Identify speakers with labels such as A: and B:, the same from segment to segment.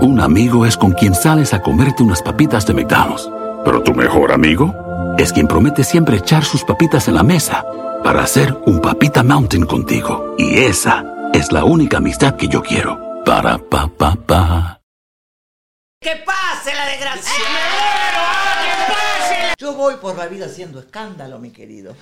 A: Un amigo es con quien sales a comerte unas papitas de McDonald's. Pero tu mejor amigo es quien promete siempre echar sus papitas en la mesa para hacer un papita mountain contigo. Y esa es la única amistad que yo quiero. Para pa pa pa.
B: ¡Que pase la desgracia!
C: Yo voy por la vida haciendo escándalo, mi querido.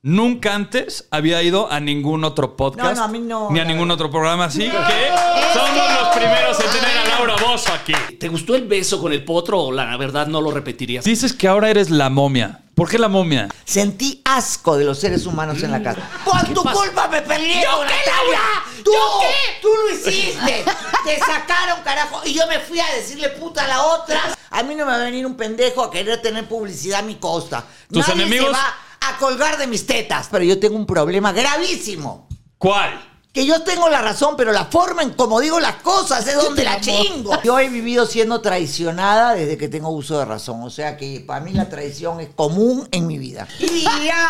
D: Nunca antes había ido a ningún otro podcast.
C: No, no, a mí no.
D: Ni a ningún otro programa así que somos los primeros en tener a Laura Bozo aquí.
E: ¿Te gustó el beso con el potro o la verdad no lo repetirías?
D: Dices que ahora eres la momia. ¿Por qué la momia?
C: Sentí asco de los seres humanos en la casa.
D: Mm.
B: Por tu culpa me perdí.
E: ¿Yo qué,
B: Natalia!
E: Laura?
B: ¡Tú!
E: ¿Yo qué?
B: ¡Tú lo hiciste! Te sacaron, carajo. Y yo me fui a decirle puta a la otra.
C: A mí no me va a venir un pendejo a querer tener publicidad a mi costa.
D: ¿Tus
C: Nadie
D: enemigos?
C: se va a colgar de mis tetas. Pero yo tengo un problema gravísimo.
D: ¿Cuál?
C: Que yo tengo la razón, pero la forma en como digo las cosas es donde la chingo. Yo he vivido siendo traicionada desde que tengo uso de razón. O sea que para mí la traición es común en mi vida.
B: Y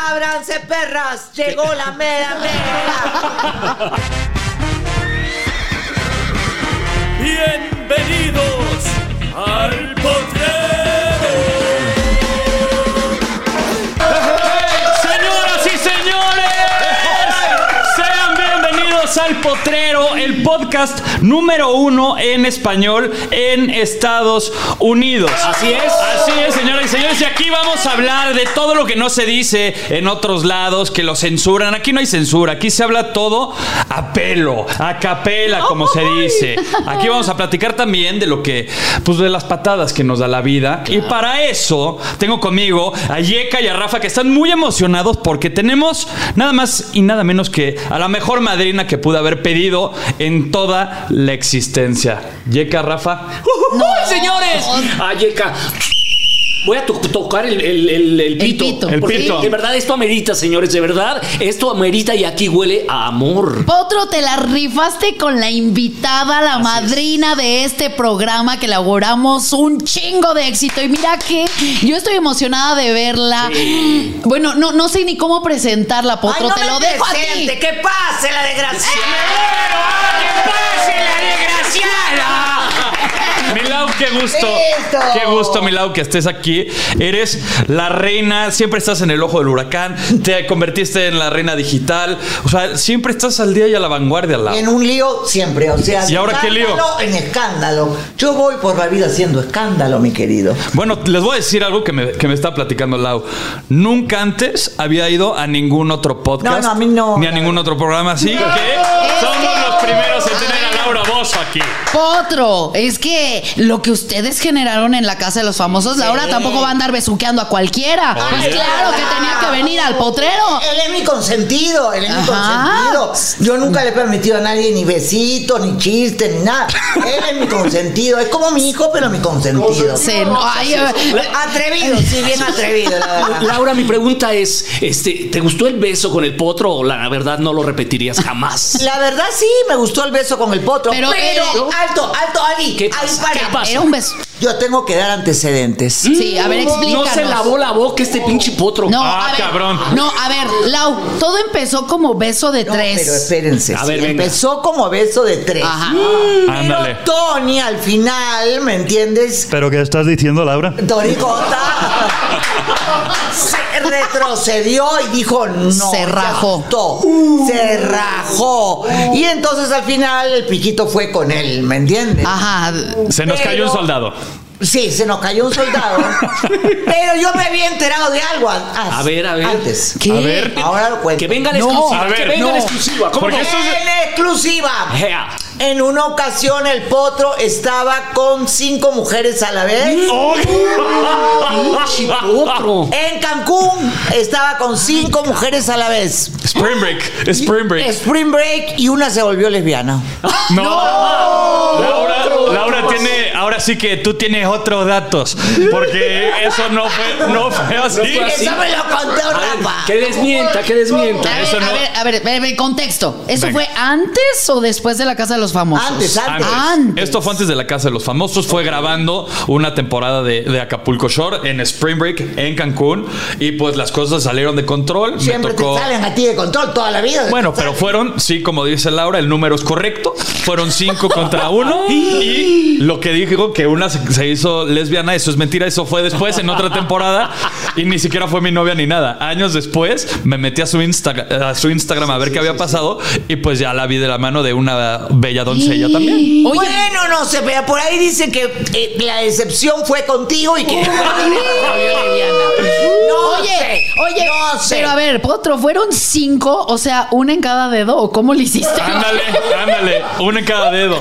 B: ábranse, perras. Llegó la mera mera.
D: Bienvenidos al potrero. Señoras y señores, sean bienvenidos al potrero, el podcast número uno en español en Estados Unidos.
E: Así es.
D: Así es, señoras y señores, y aquí vamos a hablar de todo lo que no se dice en otros lados, que lo censuran. Aquí no hay censura, aquí se habla todo a pelo, a capela, como se dice. Aquí vamos a platicar también de lo que, pues de las patadas que nos da la vida. Y para eso tengo conmigo a Yeka y a Rafa que están muy emocionados porque tenemos nada más y nada menos que a la mejor madrina que pude haber pedido en toda la existencia. Yeka, Rafa.
E: ¡Uy, señores! Ayeca. Voy a to- tocar el, el- el- el pito.
F: pito.
D: El
E: Porque
D: pito.
E: De verdad, esto amerita, señores. De verdad, esto amerita y aquí huele a amor.
F: Potro, te la rifaste con la invitada, la madrina de este programa que elaboramos un chingo de éxito. Y mira que yo estoy emocionada de verla. Bueno, no, no sé ni cómo presentarla, Potro.
B: Ay, no
F: te
B: me
F: lo dejo a ti.
B: presente, ¡Que pase la desgracia! ¡Que pase la desgraciada!
D: Milau, qué gusto.
C: Eso.
D: Qué gusto, Milau, que estés aquí. Eres la reina, siempre estás en el ojo del huracán, te convertiste en la reina digital. O sea, siempre estás al día y a la vanguardia, Lau.
C: En un lío siempre, o sea,
D: ¿Y ahora qué lío?
C: escándalo En escándalo. Yo voy por la vida haciendo escándalo, mi querido.
D: Bueno, les voy a decir algo que me, que me está platicando Lau. Nunca antes había ido a ningún otro podcast.
C: No, no, a mí no.
D: Ni a ningún otro programa así que somos los primeros en tener a Laura Bozo aquí.
F: Potro, es que lo que ustedes generaron en la casa de los famosos, Laura tampoco va a andar besuqueando a cualquiera. Pues claro que tenía que venir al potrero.
B: Eh,
C: Él es mi consentido, él es mi
F: Ajá.
C: consentido. Yo nunca le he permitido a nadie ni besitos, ni chistes, ni nada. Él es mi consentido, es como mi hijo, pero mi consentido.
F: Se- ay, eh,
C: Atrevido, sí, bien atrevido, la verdad.
E: Laura, mi pregunta es: este, ¿te gustó el beso con el potro o la verdad no lo repetirías jamás?
C: La verdad sí, me gustó el beso con el potro. Pero,
F: Pero- pero-
C: alto, alto, Ali.
E: ¿Qué
C: ahí
E: pasa?
C: para.
E: ¿Qué pasa?
F: era un beso.
C: Yo tengo que dar antecedentes.
F: Sí, a ver,
E: No se
F: explícanos.
E: lavó la boca este pinche potro.
F: No,
D: Ah,
F: a ver,
D: cabrón.
F: No, a ver, Lau, todo empezó como beso de
C: No, pero
F: tres.
C: espérense.
E: A ver,
C: sí,
E: venga.
C: empezó como beso de tres.
F: Ajá.
D: Ándale.
C: Pero Tony al final, ¿me entiendes?
G: ¿Pero qué estás diciendo, Laura?
C: Toricota se retrocedió y dijo no.
F: Se rajó.
C: asustó, Se rajó. Y entonces al final el piquito fue con él, ¿me entiendes?
F: Ajá.
D: Se nos cayó un soldado.
C: Sí, se nos cayó un soldado. pero yo me había enterado de algo an-
E: A ver, a ver.
C: antes.
F: ¿Qué?
D: A ver.
C: Ahora lo cuento.
E: Que venga la
F: No,
E: exclusiva.
D: a ver,
E: que venga
D: no.
E: la exclusiva. ¿Cómo
D: Porque
E: no?
D: esto es-
C: En exclusiva.
E: Ea.
C: En una ocasión el potro estaba con cinco mujeres a la
F: Mm.
C: vez.
E: Pinche potro.
C: En Cancún estaba con cinco mujeres a la vez.
D: Spring Break. Spring Break.
C: Spring Break y una se volvió lesbiana.
D: No. ahora sí que tú tienes otros datos. Porque eso no fue, no fue así.
E: fue así.
C: Eso me lo contó Rafa.
E: Que desmienta, que desmienta.
F: A ver,
D: Eso no-
F: a ver, a ver, a ver, contexto. ¿Eso
D: Venga.
F: fue antes o después de la Casa de los Famosos?
C: Antes, antes.
D: Antes.
F: Antes.
D: Esto fue antes de la Casa de los Famosos. Fue grabando una temporada de, de Acapulco Shore en Spring Break en Cancún. Y pues las cosas salieron de control.
C: Siempre
D: Me tocó.
C: te salen a ti de control toda la vida.
D: Bueno, pero fueron, sí, como dice Laura, el número es correcto. Fueron cinco contra uno. Y lo que dijo que una se se hizo lesbiana, eso es mentira. Eso fue después en otra temporada. Y ni siquiera fue mi novia ni nada. Años después me metí a su, Insta- a su Instagram a ver qué había pasado. Y pues ya la vi de la mano de una bella doncella también.
F: Oye,
C: Bueno, no sé, pero por ahí dice que eh, la decepción fue contigo y que. no
F: Oye,
C: sé,
F: oye,
C: no sé.
F: pero a ver, Potro, ¿fueron cinco? O sea, una en cada dedo, ¿o cómo le hiciste?
D: Ándale, ándale. Una en cada dedo.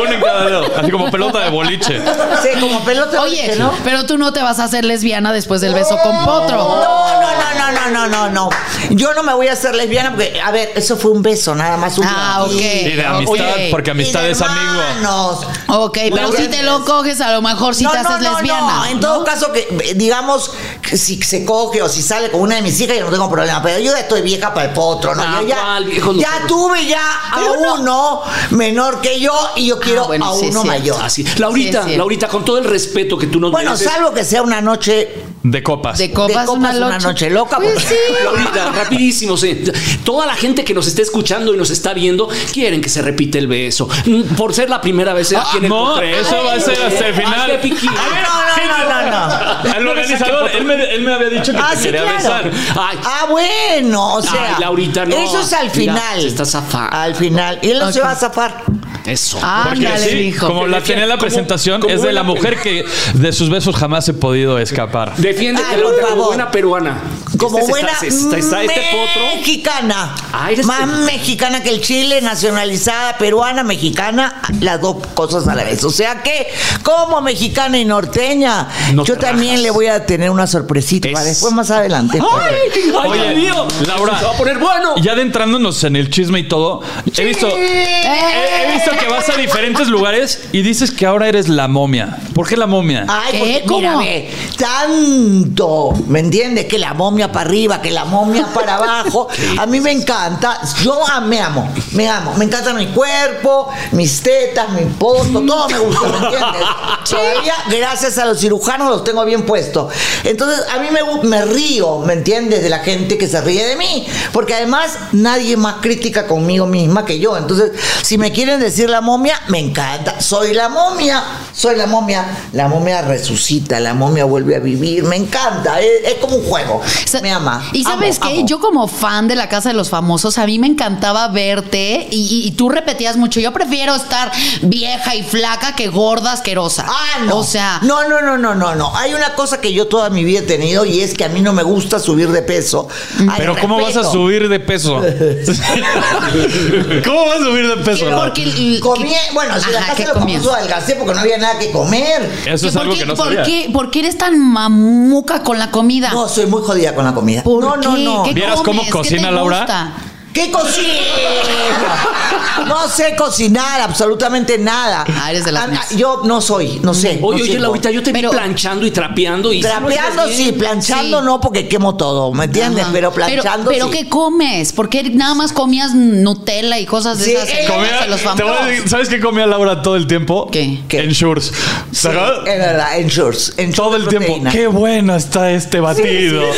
D: Una en cada dedo. Así como pelota de boliche.
C: Sí, como pelota.
F: Oye,
C: ¿no?
F: pero tú no te vas a hacer lesbiana después del beso con Potro.
C: No, no, no, no, no, no, no, no. Yo no me voy a hacer lesbiana porque, a ver, eso fue un beso, nada más. Un
F: Ah, ok.
D: Y de
F: Ok.
D: amistad, porque amistad es amigo.
C: No,
F: Ok, pero
C: Bueno,
F: si te lo coges, a lo mejor si te haces lesbiana.
C: No, en todo caso, que eh, digamos, que si se coge o si sale con una de mis hijas, yo no tengo problema. Pero yo ya estoy vieja para el potro, ¿no?
E: Ah,
C: Yo ya
E: ¿cuál, viejo? No
C: ya
E: sé.
C: tuve ya a
F: Pero no. Ah,
C: uno menor que yo y yo quiero
F: bueno,
C: a
F: sí,
C: uno
F: sí.
C: mayor.
E: Así. Laurita,
F: Sí, sí.
E: Laurita, con todo el respeto que tú nos
C: Bueno,
E: mereces.
C: salvo que sea una noche
D: De copas.
F: De copas,
C: de copas una, noche loca.
F: Pues
C: porque-
F: sí.
E: Laurita, rapidísimo. sí. Toda la gente que nos está escuchando y nos está viendo quieren que se repita el beso. Mm, Por ser la primera vez ¿eh? quieren
D: No,
E: encontrar-
D: eso va a ser hasta el
E: Ay,
D: final.
E: qué piqui.
C: Ah, No, no, no, no, no.
D: El organizador, él me, él me había dicho que
C: Ah,
D: te
C: sí,
D: quería
C: claro.
D: besar.
E: Ay,
C: Ah, bueno, o sea.
E: Ay, Laurita, no.
C: Eso es al
E: Mira,
C: final.
E: se está zafando.
C: Al final. Y él no se
F: Ok.
C: va a zafar.
E: eso.
D: Porque
F: Ándale,
D: sí,
F: mijo.
D: como la
E: Porque
D: tenía en la
E: como-
D: presentación,
E: como
D: es de
E: una
D: la mujer que de sus besos jamás he podido escapar.
E: Defiéndete,
C: Ay, por
E: Laurita, como
C: favor.
E: buena peruana.
C: Como
E: Este se
C: buena
E: Está, se está- está este potro.
C: mexicana.
E: Ah, eres
C: más
E: peruana.
C: mexicana que el Chile, nacionalizada, peruana, mexicana, las dos cosas a la vez. O sea que, como mexicana y norteña,
E: No
C: yo
E: te
C: también
E: rajas.
C: le voy a tener una sorpresita para
E: Es-
C: después más adelante.
E: Ay, ay,
D: Oye,
E: Dios mío.
D: Laura.
E: Se va a poner bueno.
D: Ya adentrándonos en el chisme y todo, he visto,
C: Eh,
D: he,
F: eh,
D: he visto que vas a diferentes lugares y dices que ahora eres la momia. ¿Por qué la momia?
C: Ay,
F: ¿Qué?
C: porque
F: ¿Cómo?
C: mira, ve, tanto, ¿me entiendes? Que la momia para arriba, que la momia para abajo. A mí me encanta, yo ah, me amo, me amo. Me encanta mi cuerpo, mis tetas, mi posto, todo me gusta, ¿me entiendes? Todavía, gracias a los cirujanos, los tengo bien puestos. Entonces, a mí me, gu- me río, ¿me entiendes? De la gente que se ríe de mí. Porque además, nadie es más crítica conmigo misma que yo. Entonces, si me quieren decir la momia, me encanta. Soy la momia, soy la momia. La momia resucita, la momia vuelve a vivir. Me encanta, es, es como un juego.
F: Sa-
C: me ama.
F: eh, Y
C: Amo,
F: sabes qué,
C: amo.
F: yo como fan de la Casa de los Famosos, a mí me encantaba verte y, y- y tú repetías mucho, yo prefiero estar vieja y flaca que gorda asquerosa.
C: Ah, no.
F: O sea,
C: No, no, no, no, no, no. Hay una cosa que yo toda mi vida he tenido y es que a mí no me gusta subir de peso. Al
D: Pero ¿cómo vas a
C: respeto.
D: subir de peso? ¿Cómo vas a subir de peso?
F: que
D: Laura?
F: porque- que-
C: Comí, bueno, si la
F: Ajá,
C: casa
F: que
C: de los
F: comías.
C: famosos adelgacé porque no había nada que comer.
D: Eso es
F: ¿Que
D: algo
F: por qué-
D: que no
F: por
D: sabía.
F: qué- por qué eres tan mamuca con la comida?
C: No, soy muy jodida con la comida.
F: ¿Por
C: no, no,
F: qué?
C: no.
F: ¿Qué
D: ¿Vieras cómo
F: comes? ¿Qué
D: cocina
F: te
D: Laura?
F: gusta?
C: ¿Qué cocino? No sé cocinar absolutamente nada.
F: Ah, eres de las
C: Ah,
F: mías.
C: Yo no soy, no sé. no
E: Oye, oye,
C: sirvo.
E: Laurita, yo te
F: Pero-
E: vi planchando y trapeando y
C: Trapeando sí, planchando
F: Sí.
C: no, porque quemo todo, ¿me entiendes?
F: Ajá.
C: Pero planchando
F: Pero,
C: sí.
F: ¿qué comes? Porque nada más comías Nutella y cosas de
C: Sí, eh,
F: esas? en la
D: Comía-
F: Casa de los
D: te voy a
F: Famosos.
D: decir, ¿Sabes qué comía Laura todo el tiempo?
F: ¿Qué? eh,
C: ¿Qué?
D: En Shures.
C: Sí, es verdad, en shorts. en shorts
D: Todo
C: de
D: el tiempo.
C: proteína.
D: Qué bueno está este batido.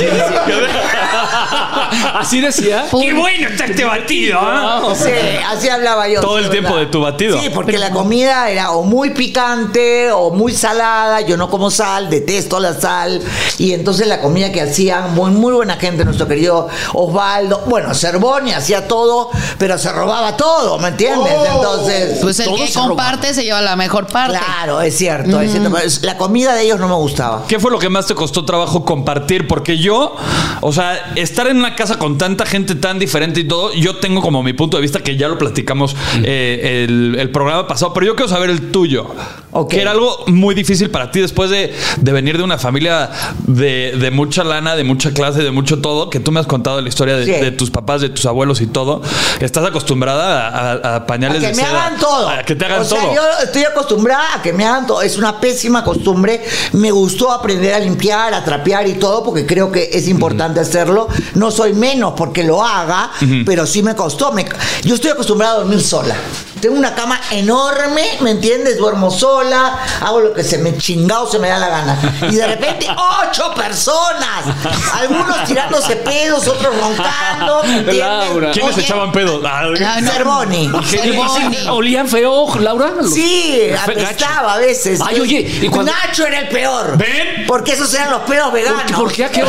E: Así decía.
F: Pum.
D: bueno está este batido. ¿ah?
C: Sí, así hablaba yo.
D: Todo
C: sí,
D: el
C: es
D: tiempo de tu batido.
C: Sí, porque la comida era o muy picante o muy salada. Yo no como sal, detesto la sal. Y entonces la comida que hacían, muy, muy buena gente, nuestro querido Osvaldo. Bueno, Cervoni hacía todo, pero se robaba todo, ¿me entiendes? Entonces.
F: Oh. Pues el
E: Todo
F: que
E: se roba.
F: comparte se lleva la mejor parte.
C: Claro, es cierto, es cierto. pero es- La comida de ellos no me gustaba.
D: ¿Qué fue lo que más te costó trabajo compartir? Porque yo, o sea, estar en una casa con tanta gente tan diferente y todo, yo tengo como mi punto de vista que ya lo platicamos
C: Mm.
D: eh, el, el programa pasado, pero yo quiero saber el tuyo.
C: Ok.
D: Que era algo muy difícil para ti después de, de venir de una familia de, de mucha lana, de mucha clase, de mucho todo, que tú me has contado la historia de,
C: Sí.
D: de tus papás, de tus abuelos y todo. Estás acostumbrada a, a- a pañales
C: A que
D: de
C: me
D: seda.
C: hagan todo.
D: A que te hagan
C: o sea,
D: todo.
C: Yo estoy acostumbrada a que me hagan todo. Es una pésima costumbre. Me gustó aprender a limpiar, a trapear y todo, porque creo que es importante hacerlo. No soy menos porque lo haga, pero sí me costó. Me- Yo estoy acostumbrada a dormir sola. Tengo una cama enorme, ¿me entiendes? Duermo sola, hago lo que se me chingado se me da la gana. Y de repente, ocho personas. Algunos tirándose pedos, otros roncando. ¿me entiendes?
E: Laura.
D: ¿Quiénes
C: Oye,
D: echaban pedo? Ah,
F: Ah, no.
C: Cervoni.
E: ¿Qué
F: Cervoni.
E: difícil? ¿Olían feo, Laura? Los-
C: Sí,
E: Fe- gacho.
C: apestaba a veces.
E: Ay, oye, ¿y cuando-
C: Nacho era el peor.
D: ¿Ven?
C: Porque esos eran los pedos
E: ¿Por qué-
C: veganos.
E: ¿Por qué a qué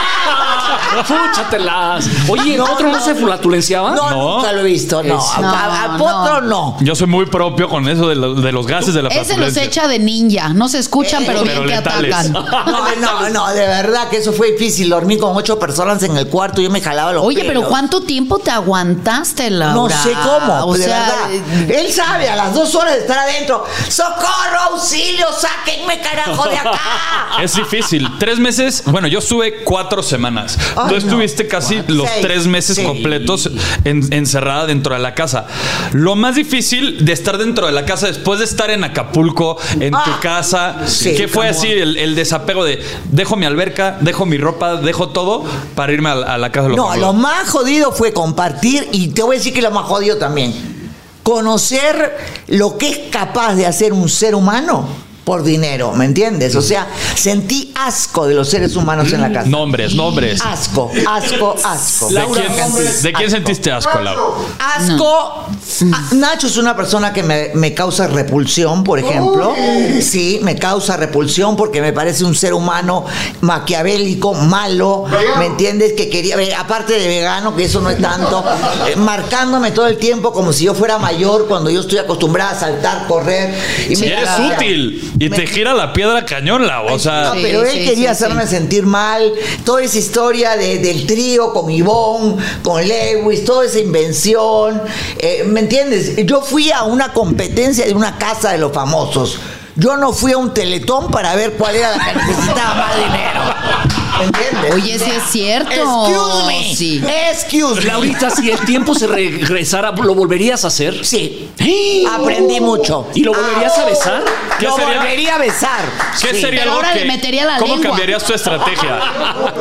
E: olían? Fúchatelas. Oye, ¿el
C: No,
E: otro no,
C: no.
E: se fulatulenciaba?
C: No,
D: No.
C: nunca lo he visto, no.
E: Es-
C: A-
F: No,
C: a, a
F: no.
C: Potro no.
D: Yo soy muy propio con eso de, lo- de los gases de la
F: Ese los
D: flatulencia.
F: echa de ninja. No se escuchan,
C: Eh,
F: pero,
D: Pero
F: bien que
D: letales.
F: atacan.
C: No, no, no, de verdad que eso fue difícil. Dormí con ocho personas en el cuarto, yo me jalaba los
F: Oye,
C: pelos.
F: pero ¿cuánto tiempo te aguantaste, Laura?
C: No sé cómo,
F: O
C: de
F: sea, eh,
C: verdad. Él sabe, a las dos horas de estar adentro, ¡socorro, auxilio, sáquenme, carajo, de acá!
D: Es difícil. Tres meses. Bueno, yo estuve cuatro semanas.
C: Ay,
D: Tú
C: no.
D: estuviste casi los
C: Seis.
D: tres meses
C: Sí.
D: completos en- encerrada dentro de la casa. Lo más difícil de estar dentro de la casa después de estar en Acapulco, en
C: Ah,
D: tu casa,
C: sí,
D: que fue así el, el desapego de dejo mi alberca, dejo mi ropa, dejo todo para irme a, la- a la casa de los
C: No,
D: amigos.
C: lo más jodido fue compartir y te voy a decir que lo más jodido también. Conocer lo que es capaz de hacer un ser humano por dinero, ¿me entiendes? O sea, sentí asco de los seres humanos en la casa.
D: Nombres, nombres.
C: Asco, asco, asco.
D: ¿De quién, de quién sentiste asco, Laura?
C: Asco. Ah, Nacho es una persona que me, me causa repulsión, por ejemplo. Sí, me causa repulsión porque me parece un ser humano maquiavélico, malo. ¿Me entiendes? Que quería ver, aparte de vegano, que eso no es tanto, eh, marcándome todo el tiempo como si yo fuera mayor cuando yo estoy acostumbrada a saltar, correr. Y
D: Y eres
C: me-
D: útil y
C: Ah, me-
D: te gira la piedra cañón, Laura. O sea,
C: no,
F: Sí,
C: Ah, pero él
F: sí,
C: quería
F: sí,
C: hacerme
F: sí.
C: sentir mal. Toda esa historia de- del trío con Ivonne, con Lewis, toda esa invención. eh, ¿Me entiendes? Yo fui a una competencia de una casa de los famosos. Yo no fui a un teletón para ver cuál era la que necesitaba más dinero. ¿Me entiendes?
F: Oye, sí es cierto.
C: Excuse me.
F: Sí.
C: Excuse me.
E: Laurita, si el tiempo se regresara, ¿lo volverías a hacer?
C: Sí.
E: ¡Eh!
C: Aprendí mucho. Ah.
E: ¿Y lo volverías a besar?
D: ¿Qué
C: Lo
D: sería?
C: volvería a besar.
D: ¿Qué
C: Sí.
D: sería
F: Pero
D: algo
F: ahora
D: que-
F: le metería la
D: ¿Cómo
F: lengua.
D: cambiarías tu estrategia?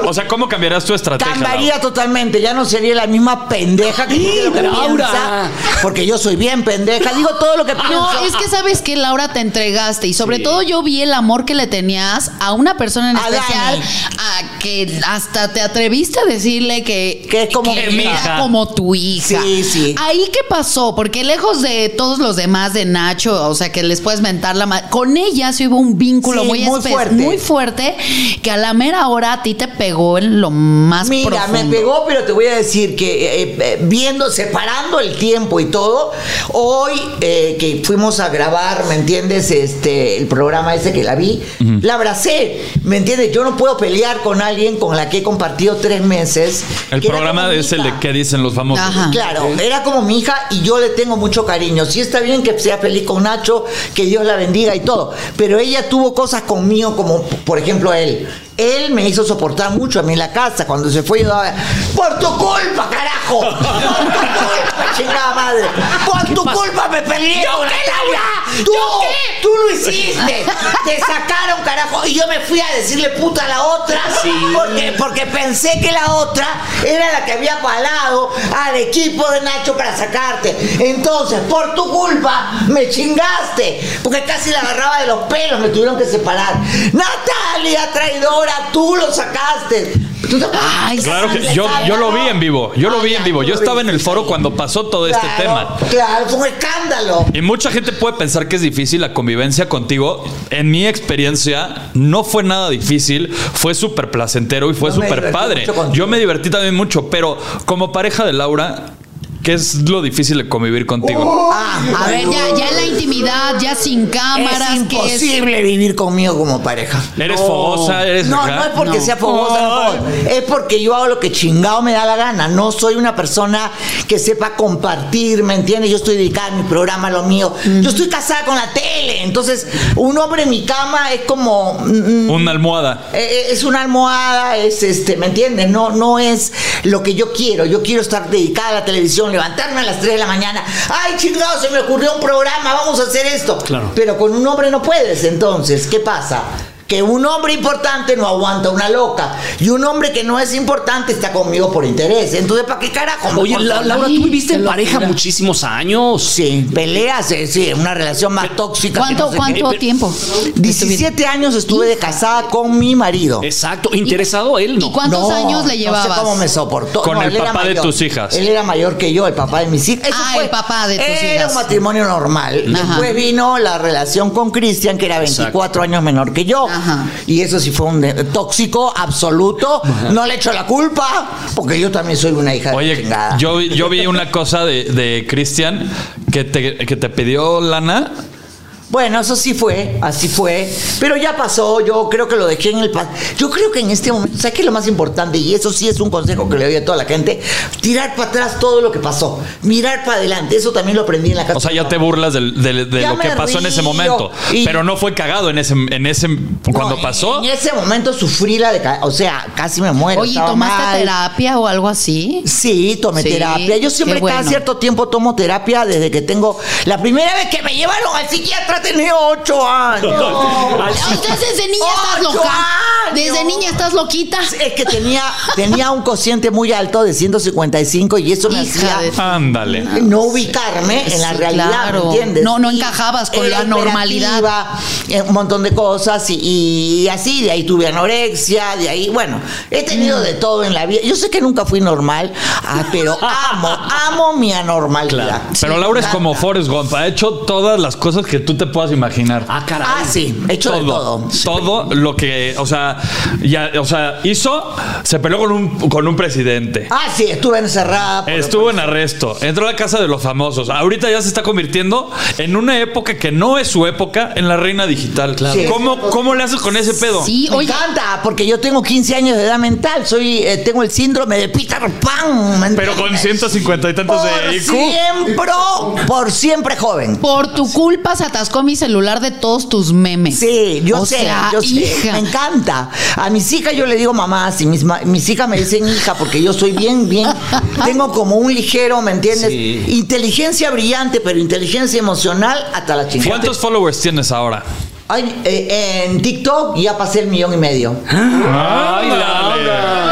D: O sea, ¿cómo cambiarías tu estrategia?
C: Cambiaría totalmente, ya no sería la misma pendeja que, yo que
E: Laura.
C: piensa, porque yo soy bien pendeja, digo todo lo que pienso.
F: No, es que sabes que Laura te entregaste y sobre todo yo vi el amor que le tenías a una persona en
C: A
F: especial a que hasta te atreviste a decirle que,
C: Que es como mi
F: era
D: hija.
F: como tu hija.
C: Sí, sí.
F: Ahí qué pasó, porque lejos de todos los demás de Nacho, o sea que les puedes mentar la ma- con ella sí hubo un vínculo
C: Sí,
F: muy,
C: muy
F: espe-
C: fuerte.
F: muy fuerte que a la mera hora a ti te pegó en lo más
C: Mira,
F: profundo.
C: me pegó, pero te voy a decir que eh, eh, viendo, separando el tiempo y todo, hoy eh, que fuimos a grabar, ¿me entiendes? Este, el programa ese que la vi, la abracé, ¿me entiendes? Yo no puedo pelear con alguien con la que he compartido tres meses.
D: El
C: que era
D: programa
C: como mi
D: es el de
C: hija.
D: qué dicen los famosos.
F: Ajá.
C: Claro, era como mi hija y yo le tengo mucho cariño. Sí está bien que sea feliz con Nacho, que Dios la bendiga y todo, pero ella tuvo cosas conmigo como, por ejemplo, él. Él me hizo soportar mucho a mí en la casa cuando se fue yo daba, por tu culpa, carajo, por tu culpa, chingada madre, por tu culpa me peleé con Natalia, tú, tú lo hiciste, te sacaron, carajo, y yo me fui a decirle puta a la otra, porque, porque pensé que la otra era la que había palado al equipo de Nacho para sacarte. Entonces, por tu culpa, me chingaste. Porque casi la agarraba de los pelos, me tuvieron que separar. Natalia, traidora, tú lo sacaste. ¿Tú te acuerdas?
F: Ay,
D: Claro que yo,
C: Escándalo.
D: yo lo vi en vivo, yo
C: Ah,
D: lo vi en vivo. Yo estaba en el foro cuando pasó todo este
C: Claro,
D: tema.
C: Claro, fue un escándalo.
D: Y mucha gente puede pensar que es difícil la convivencia contigo. En mi experiencia no fue nada difícil, fue súper placentero y fue
C: Yo me
D: súper
C: divertí
D: padre.
C: mucho contigo.
D: Yo me divertí también mucho, pero como pareja de Laura, ¿Qué es lo difícil de convivir contigo?
C: Ah,
F: A ver, ya, ya en la intimidad, ya sin cámaras,
C: es
F: que es-
C: imposible vivir conmigo como pareja.
D: ¿Eres fogosa? ¿Eres
C: No,
D: acá?
C: no es porque sea fogosa, no, es porque yo hago lo que chingado me da la gana. No soy una persona que sepa compartir, ¿me entiendes? Yo estoy dedicada a mi programa, a lo mío. Yo estoy casada con la tele, entonces un hombre en mi cama es como mm, mm,
D: Una almohada.
C: eh, eh, es una almohada, es este, ¿me entiendes? No, no es lo que yo quiero. Yo quiero estar dedicada a la televisión, levantarme a las 3 de la mañana. ¡Ay, chingado! Se me ocurrió un programa, vamos a hacer esto.
E: Claro.
C: Pero con un hombre no puedes, entonces, ¿qué pasa? Que un hombre importante no aguanta una loca. Y un hombre que no es importante está conmigo por interés. Entonces, ¿para qué carajo? me
E: Oye,
C: controlan?
E: La- Laura, tú viviste
F: Qué
E: en pareja
F: locura.
E: muchísimos años.
C: Sí, peleas, eh, sí, una relación más tóxica. que no
F: ¿Cuánto,
C: sé
F: cuánto tiempo?
C: qué. 17 años estuve de casada con mi marido.
E: Exacto, interesado él no.
F: ¿Y cuántos
C: No,
F: años le llevabas?
C: No sé cómo me soportó.
D: Con
C: No,
D: el
C: él era
D: papá de
C: mayor.
D: tus hijas.
C: Él era mayor que yo, el papá de mis hijas. Eso
F: Ah,
C: fue-
F: el papá de tus
C: Era
F: hijas.
C: un matrimonio normal.
F: Ajá.
C: Después vino la relación con Cristian, que era 24 años menor que yo.
F: Ajá.
C: Y eso sí fue un de- tóxico absoluto. No le echo la culpa, porque yo también soy una hija de la
D: Oye,
C: chingada.
D: yo, vi- yo vi una cosa de, de Cristian que te, que te pidió lana.
C: Bueno, eso sí fue, así fue. Pero ya pasó, yo creo que lo dejé en el pasado. Yo creo que en este momento, ¿sabes qué es lo más importante? Y eso sí es un consejo que le doy a toda la gente. Tirar para atrás todo lo que pasó. Mirar para adelante. Eso también lo aprendí en la casa.
D: O sea, ya te burlas del- del- de,
C: Ya
D: lo que
C: me
D: pasó en ese
C: río.
D: momento.
C: Y-
D: Pero no fue cagado en ese, en ese cuando
C: No,
D: pasó.
C: En ese momento sufrí la decadencia. O sea, casi me muero.
F: Oye,
C: estaba
F: ¿tomaste
C: mal.
F: terapia o algo así?
C: Sí, tomé
F: Sí,
C: terapia. Yo siempre
F: qué bueno.
C: cada cierto tiempo tomo terapia desde que tengo... La primera vez que me llevaron al psiquiatra tenía ocho años.
F: Usted Ah, desde niña estás
C: ¡Ocho
F: loca.
C: años!
F: Desde niña estás loquita.
C: Es que tenía, tenía un cociente muy alto de 155 y eso me
F: Hija de-
C: hacía
D: Ándale.
C: no ubicarme en la
F: Sí,
C: realidad,
F: claro.
C: ¿me entiendes?
F: No, no
C: Y
F: encajabas con
C: era
F: la normalidad.
C: operativa, eh, Un montón de cosas y, y así, de ahí tuve anorexia, de ahí, bueno, he tenido de todo en la vida. Yo sé que nunca fui normal, ah, pero amo, amo mi anormalidad.
D: Pero
C: Sí,
D: Laura es
C: me
D: como
C: encanta.
D: Forrest Gump. Ha hecho todas las cosas que tú te puedas imaginar.
E: Ah, caray.
C: Ah, sí, he hecho de todo.
D: Todo lo que, o sea, ya, o sea, hizo, se peleó con un, con un presidente.
C: Ah, sí, estuve encerrada. por-
D: Estuvo en arresto, entró a la casa de los famosos. Ahorita ya se está convirtiendo en una época que no es su época, en la reina digital.
C: Sí.
D: ¿Cómo, ¿Cómo le haces con ese pedo?
F: Sí,
C: Me
F: oye.
C: encanta, porque yo tengo 15 años de edad mental, soy eh, tengo el síndrome de Peter Pan. ¿me
D: Pero con
C: entiendes?
D: 150 y tantos
C: por
D: de IQ.
C: siempre, por siempre joven.
F: Por tu culpa se atascó mi celular de todos tus memes.
C: Sí, yo
F: O
C: sé,
F: sea,
C: yo sé,
F: hija.
C: me encanta. A mis hijas yo le digo mamá, si mis, ma- mis hijas me dicen hija, porque yo soy bien, bien, tengo como un ligero, ¿me entiendes?
E: Sí.
C: Inteligencia brillante, pero inteligencia emocional hasta la chingada.
D: ¿Cuántos followers tienes ahora?
C: Ay, eh, en TikTok ya pasé el millón y medio.
E: Ay, Laura.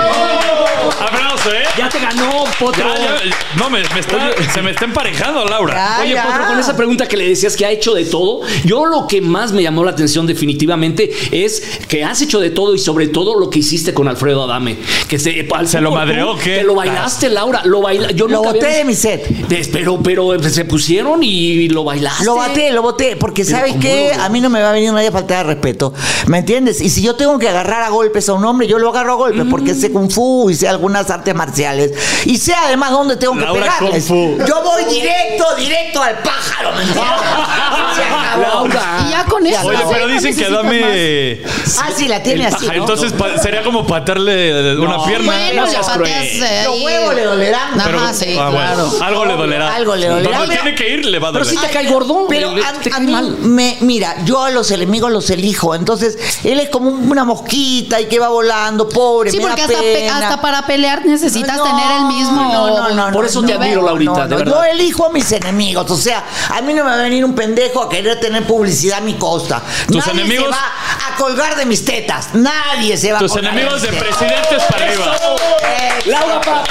D: Aplauso, ¿eh?
E: Ya te ganó, Potro.
D: Ya, ya, no, me, me está- se me está emparejando, Laura.
C: Ya. Ah,
E: Oye, Potro, con esa pregunta que le decías que ha hecho de todo, yo lo que más me llamó la atención definitivamente es que has hecho de todo y sobre todo lo que hiciste con Alfredo Adame. Que se, al
D: ¿Se lo
E: fútbol,
D: madreó,
E: tú,
D: qué?
E: Te lo bailaste, Laura. Lo baila, yo
C: Lo
E: nunca había
C: boté de
E: visto-
C: mi set.
E: Des- Pero, pero se pusieron y lo bailaste.
C: Lo boté, lo boté, porque
E: Pero
C: ¿sabes
E: ¿cómo
C: qué?
E: lo-
C: A mí no me va a venir nadie a faltar de respeto. ¿Me entiendes? Y si yo tengo que agarrar a golpes a un hombre, yo lo agarro a golpes porque sé Kung Fu y sé algunas artes marciales. Y sé además dónde tengo que
D: Laura
C: pegarles.
D: Kung Fu.
C: Yo voy directo, directo al pájaro, ¿me entiendes? Se acabó.
F: Y ya con eso.
D: Oye,
F: no,
D: pero
F: no
D: dicen que
F: necesitas más.
D: dame.
C: Ah, sí, la tiene así. ¿no?
D: Entonces pa- sería como patearle una pierna.
F: Bueno,
E: no
F: la
E: seas
F: pateas.
E: cruel.
F: ahí.
C: Los huevos le dolerán.
F: Ajá,
D: Pero-
F: sí,
D: ah, bueno,
F: claro.
D: Algo le dolerá.
C: Algo le dolerá.
D: Donde tiene que ir, le va a
E: Pero
D: doler.
E: sí te cae gordo.
C: Pero
E: Le-
C: a,
E: te
C: a
E: cae
C: mí,
E: mal.
C: me- mira, yo a los enemigos los elijo. Entonces, él es como una mosquita y que va volando, pobre.
F: Sí,
C: me da
F: porque hasta, pe-
C: pena.
F: hasta para pelear necesitas
C: No,
F: tener el mismo.
C: no, no, no,
E: Por eso te
C: no,
E: admiro,
C: no,
E: Laurita,
C: no,
E: de
C: no.
E: verdad.
C: Yo elijo a mis enemigos. O sea, a mí no me va a venir un pendejo a querer tener publicidad a mi costa.
D: Tus
C: Nadie
D: enemigos-
C: se va a colgar de mis tetas. Nadie se va a
D: Tus
C: colgar
D: enemigos de
C: mis tetas.
D: presidentes para arriba.
C: Eh,
E: Laura para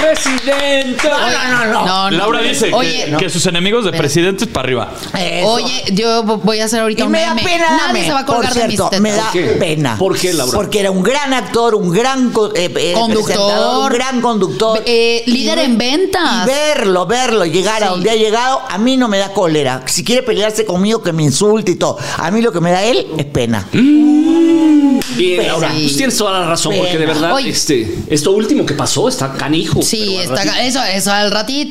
E: presidenta.
F: Oye,
C: no, no, no.
D: Laura dice que-
F: Oye,
D: que, sus enemigos de presidentes para arriba.
C: eso.
F: oye, yo voy a hacer ahorita
C: Y
F: un
C: me da
F: meme.
C: pena.
F: Nadie
C: dame.
F: se va a
C: Por
F: colgar de mis
C: cierto,
F: tetas.
C: Me da
E: ¿Por qué?
C: pena.
E: ¿Por qué, Laura?
C: Porque era un gran actor, un gran co- eh, eh,
F: Conductor.
C: presentador, un gran conductor.
F: Eh, líder en
C: Y
F: ventas.
C: verlo, verlo llegar a
F: Sí.
C: donde ha llegado, a mí no me da cólera. Si quiere pelearse conmigo, que me insulte y todo. A mí lo que me da él es pena.
E: Bien, ahora,
F: sí.
E: pues tienes toda la razón, porque de verdad,
F: Oye.
E: este, esto último que pasó está canijo.
F: Sí,
E: pero al
F: está,
E: ratito-
F: eso, eso al ratito.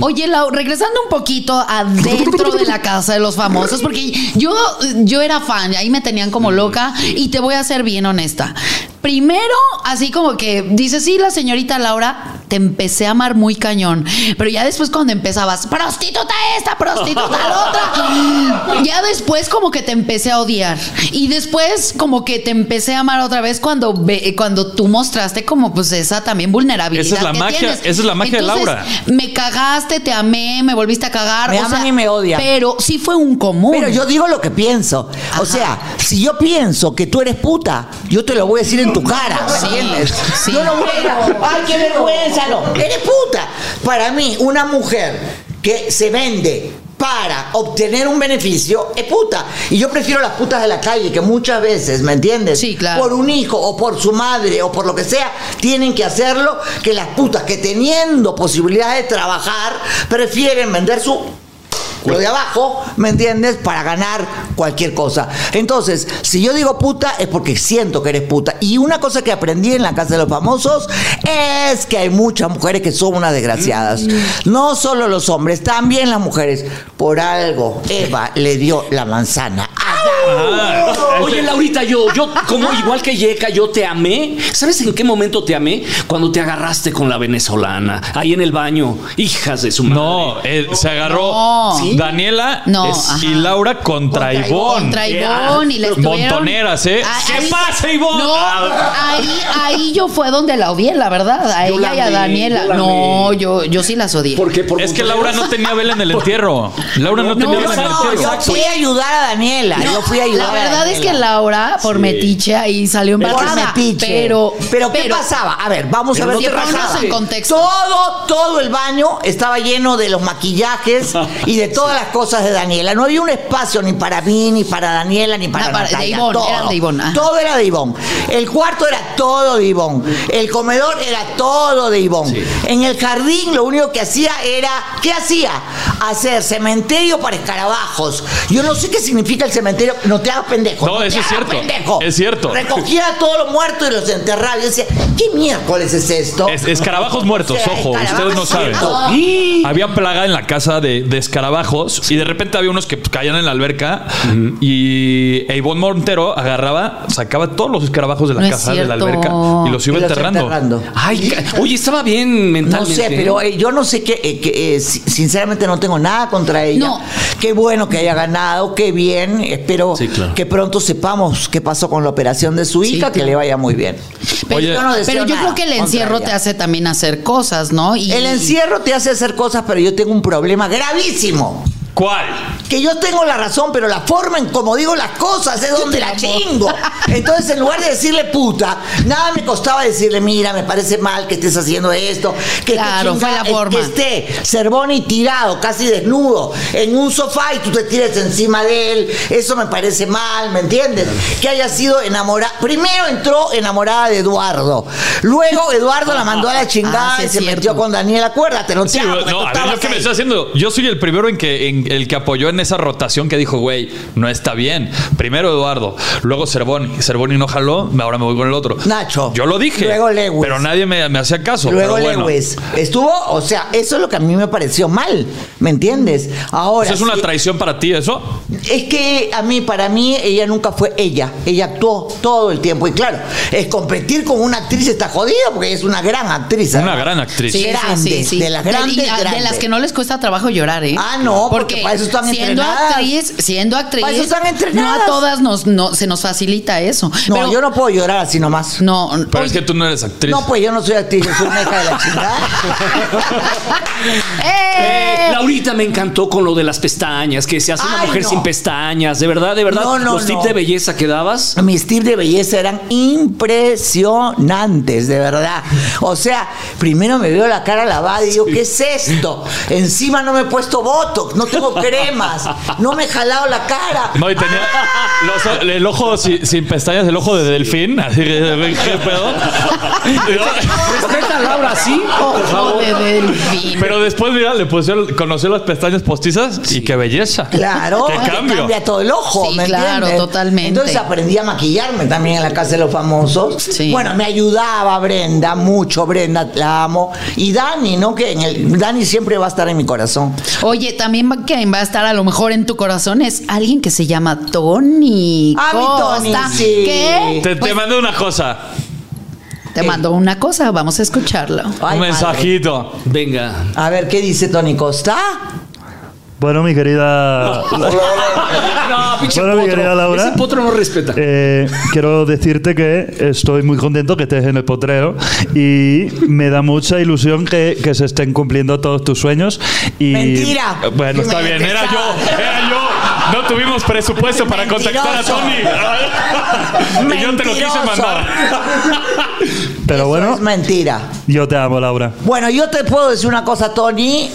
F: Oye, Lau, regresando un poquito adentro de la casa de los famosos, porque yo, yo era fan, ahí me tenían como
D: Mm,
F: loca y te voy a ser bien honesta. Primero, así como que dices, sí, la señorita Laura, te empecé a amar muy cañón, pero ya después cuando empezabas, prostituta esta, prostituta la otra, ya después como que te empecé a odiar y después como que te empecé a amar otra vez cuando, ve- cuando tú mostraste como pues esa también vulnerabilidad.
D: Esa es la
F: que
D: magia-
F: tienes.
D: esa es la magia de
F: Entonces,
D: Laura.
F: me cagaste, te amé, me volviste a cagar.
C: Me aman y me odian.
F: Pero sí fue un común.
C: Pero yo digo lo que pienso.
F: Ajá.
C: O sea, si yo pienso que tú eres puta, yo te lo voy a decir en tu cara. ¿me
F: Sí,
C: entiendes?
F: sí.
C: Yo no voy a ir a, ay, qué vergüenza, no. Eres puta. Para mí, una mujer que se vende para obtener un beneficio es puta. Y yo prefiero las putas de la calle que muchas veces, ¿me entiendes?
F: Sí, claro.
C: Por un hijo o por su madre o por lo que sea, tienen que hacerlo que las putas que teniendo posibilidad de trabajar prefieren vender su lo de abajo, ¿me entiendes? Para ganar cualquier cosa. Entonces, si yo digo puta, es porque siento que eres puta. Y una cosa que aprendí en la casa de los famosos es que hay muchas mujeres que son unas desgraciadas.
F: Mm.
C: No solo los hombres, también las mujeres. Por algo, Eva le dio la manzana.
D: Ah,
E: Oye, Laurita, yo, yo, como igual que Yeka, yo te amé. ¿Sabes en qué momento te amé? Cuando te agarraste con la venezolana, ahí en el baño, hijas de su madre.
D: No, eh, se agarró
F: No. ¿Sí?
D: Daniela
F: No,
D: es- y
F: ajá.
D: Laura contra Ivonne. Eh,
F: Contra Ivonne y la estuvieron-
D: Montoneras, ¿eh?
F: Ah,
D: ¿Qué
F: ahí-
D: pasa, Ivonne?
F: No,
D: Ah.
F: ahí, ahí yo fue donde la odié, la verdad. A
E: Yo
F: ella
E: la
F: y a
E: amé,
F: Daniela.
E: yo la
F: no,
E: amé.
F: yo, yo sí las odié.
E: ¿Por qué? Por
D: Es que
E: Montoneros.
D: Laura no tenía vela en el entierro. Laura no,
E: No,
D: tenía
E: no,
D: vela en el
E: no,
D: entierro.
E: yo-
C: fui a ayudar a Daniela.
F: No,
C: yo fui a ayudar a
F: la verdad es que
C: Daniela.
F: Laura, por metiche, ahí salió
C: Por
F: embarazada.
C: metiche.
F: Pero,
C: pero, ¿qué pasaba? A ver, vamos a
F: Pero
C: ver
F: no
C: qué
F: te
C: pasaba.
F: pongas en contexto.
C: Todo, todo el baño estaba lleno de los maquillajes y de todas las cosas de Daniela. No había un espacio ni para mí, ni para Daniela, ni para
F: No, para- de
C: Natalia.
F: Ivonne,
C: todo.
F: eran de Ivonne, ajá.
C: Todo era de Ivonne. El cuarto era todo de Ivonne. El comedor era todo de Ivonne. En el jardín lo único que hacía era, ¿qué hacía? Hacer cementerio para escarabajos. Yo no sé qué significa el cementerio. No te hagas pendejo.
D: No,
C: te
D: eso es
C: hagas
D: cierto.
C: pendejo.
D: Es cierto.
C: Recogía a todos los muertos y los enterraba. Yo decía, ¿qué miércoles es esto?
D: Es- escarabajos muertos,
C: O sea,
D: ojo,
C: escarabajos
D: ustedes no saben.
C: muertos.
D: Había plaga en la casa de, de escarabajos y de repente había unos que pues, caían en la alberca y e Ivonne Montero agarraba, sacaba todos los escarabajos de la
F: No es
D: casa de la
F: cierto.
D: alberca y los iba
C: Y los
D: enterrando.
C: enterrando.
E: Ay, ca- oye, estaba bien
C: No
E: mentalmente.
C: sé, pero eh, yo no sé qué, eh, que, eh, si- sinceramente no tengo nada contra ella.
F: No.
C: Qué bueno que haya ganado, qué bien. Espero
E: Sí, claro.
C: que pronto sepamos qué pasó con la operación de su hija, que le vaya muy bien.
F: Pero,
D: Oye,
C: yo no deseo
F: pero yo
C: nada
F: creo que el
C: contra
F: encierro
C: ella.
F: te hace también hacer cosas, ¿no? Y,
C: El encierro te hace hacer cosas, pero yo tengo un problema gravísimo.
D: ¿Cuál?
C: que yo tengo la razón, pero la forma en como digo las cosas es donde la chingo. Entonces, en lugar de decirle puta, nada me costaba decirle, mira, me parece mal que estés haciendo esto, que,
F: Claro,
C: que,
F: fue la forma.
C: que esté Cervoni tirado, casi desnudo, en un sofá y tú te tires encima de él. Eso me parece mal, ¿me entiendes? Que haya sido enamorada. Primero entró enamorada de Eduardo. Luego Eduardo la mandó a la chingada
F: Ah, sí,
C: y
F: es
C: se
F: cierto.
C: metió con Daniela. Acuérdate, no te
F: pues,
D: Sí,
C: hagas, porque
D: no,
C: tú
D: a ver,
C: estabas
D: lo que me
C: ahí.
D: está haciendo. Yo soy el primero en que en el que apoyó en esa rotación que dijo, güey, no está bien. Primero Eduardo, luego Cervoni. Cervoni no jaló, ahora me voy con el otro.
C: Nacho.
D: Yo lo dije.
C: Luego Lewis.
D: Pero nadie me, me hacía caso.
C: Luego
D: pero bueno.
C: Lewis. Estuvo, o sea, eso es lo que a mí me pareció mal, ¿me entiendes? Ahora.
D: Eso es una
C: sí,
D: traición para ti, eso.
C: es que a mí, para mí, ella nunca fue ella. Ella actuó todo el tiempo. Y claro, es competir con una actriz está jodido porque ella es una gran actriz. ¿eh?
D: Una
C: además.
D: gran actriz.
C: Sí. grandes, de las
F: y
C: grandes,
F: a- de
C: grandes.
F: las que no les cuesta trabajo llorar, ¿eh?
C: Ah, no, porque para eso están
F: siendo siendo
C: entrenadas.
F: actriz, siendo actriz.
C: Para eso están
F: no
C: entrenadas.
F: a todas nos, no, se nos facilita eso.
C: No,
F: Pero-
C: yo no puedo llorar así nomás.
F: No,
D: Pero
F: oye,
D: es que tú no eres actriz.
C: No, pues yo no soy actriz, yo soy una hija de la chingada.
F: ¡eh!
E: Eh, Laurita me encantó con lo de las pestañas, que se hace una
C: Ay,
E: mujer
C: no.
E: sin pestañas, de verdad, de verdad.
C: No, no,
E: los tips
C: no.
E: de belleza que dabas.
C: Mis tips de belleza eran impresionantes, de verdad. O sea, primero me veo la cara lavada y digo, ¿qué es esto? Encima no me he puesto botox, no tengo cremas, no me he jalado la cara.
D: No, y tenía los- el ojo sin, sin pestañas, el ojo de delfín. Así que, ¿qué pedo?
E: Respeta a Laura, sí.
C: Oh.
E: Por
F: Ojo
E: favor.
F: de delfín.
D: Pero después, mira, le pusieron, conoció las pestañas postizas y qué belleza.
C: Claro,
D: Qué
C: te
D: cambio.
C: cambia todo el ojo,
F: Sí,
C: ¿me
F: claro,
C: entiendes?
F: totalmente.
C: Entonces aprendí a maquillarme también en la casa de los famosos.
F: Sí.
C: Bueno, me ayudaba Brenda, mucho Brenda, la amo. Y Dani, ¿no? Que en el, Dani siempre va a estar en mi corazón.
F: Oye, también va, que va a estar a lo mejor en tu corazón es alguien que se llama Tony.
C: Ah, mi Tony,
F: Costa.
C: sí.
F: ¿Qué?
D: Te,
F: Pues,
D: te mandé una cosa,
F: te mando una cosa, vamos a escucharlo.
C: Ay,
D: un
C: madre.
D: mensajito.
E: Venga.
C: A ver, ¿qué dice Tony Costa?
G: Bueno, mi querida,
E: No, pinche
G: Bueno, mi
E: potro.
G: querida Laura.
E: Ese potro no respeta.
G: eh, quiero decirte que estoy muy contento que estés en el potrero y me da mucha ilusión que, que se estén cumpliendo todos tus sueños. Y,
C: Mentira.
G: Bueno,
D: Está bien, era yo, era Eh, yo. No tuvimos presupuesto para contactar a
C: Mentiroso.
D: Tony. Y yo te lo quise
C: Mentiroso.
D: mandar.
G: pero
C: Eso
G: bueno,
C: es mentira.
G: yo te amo, Laura.
C: Bueno, yo te puedo decir una cosa, Tony.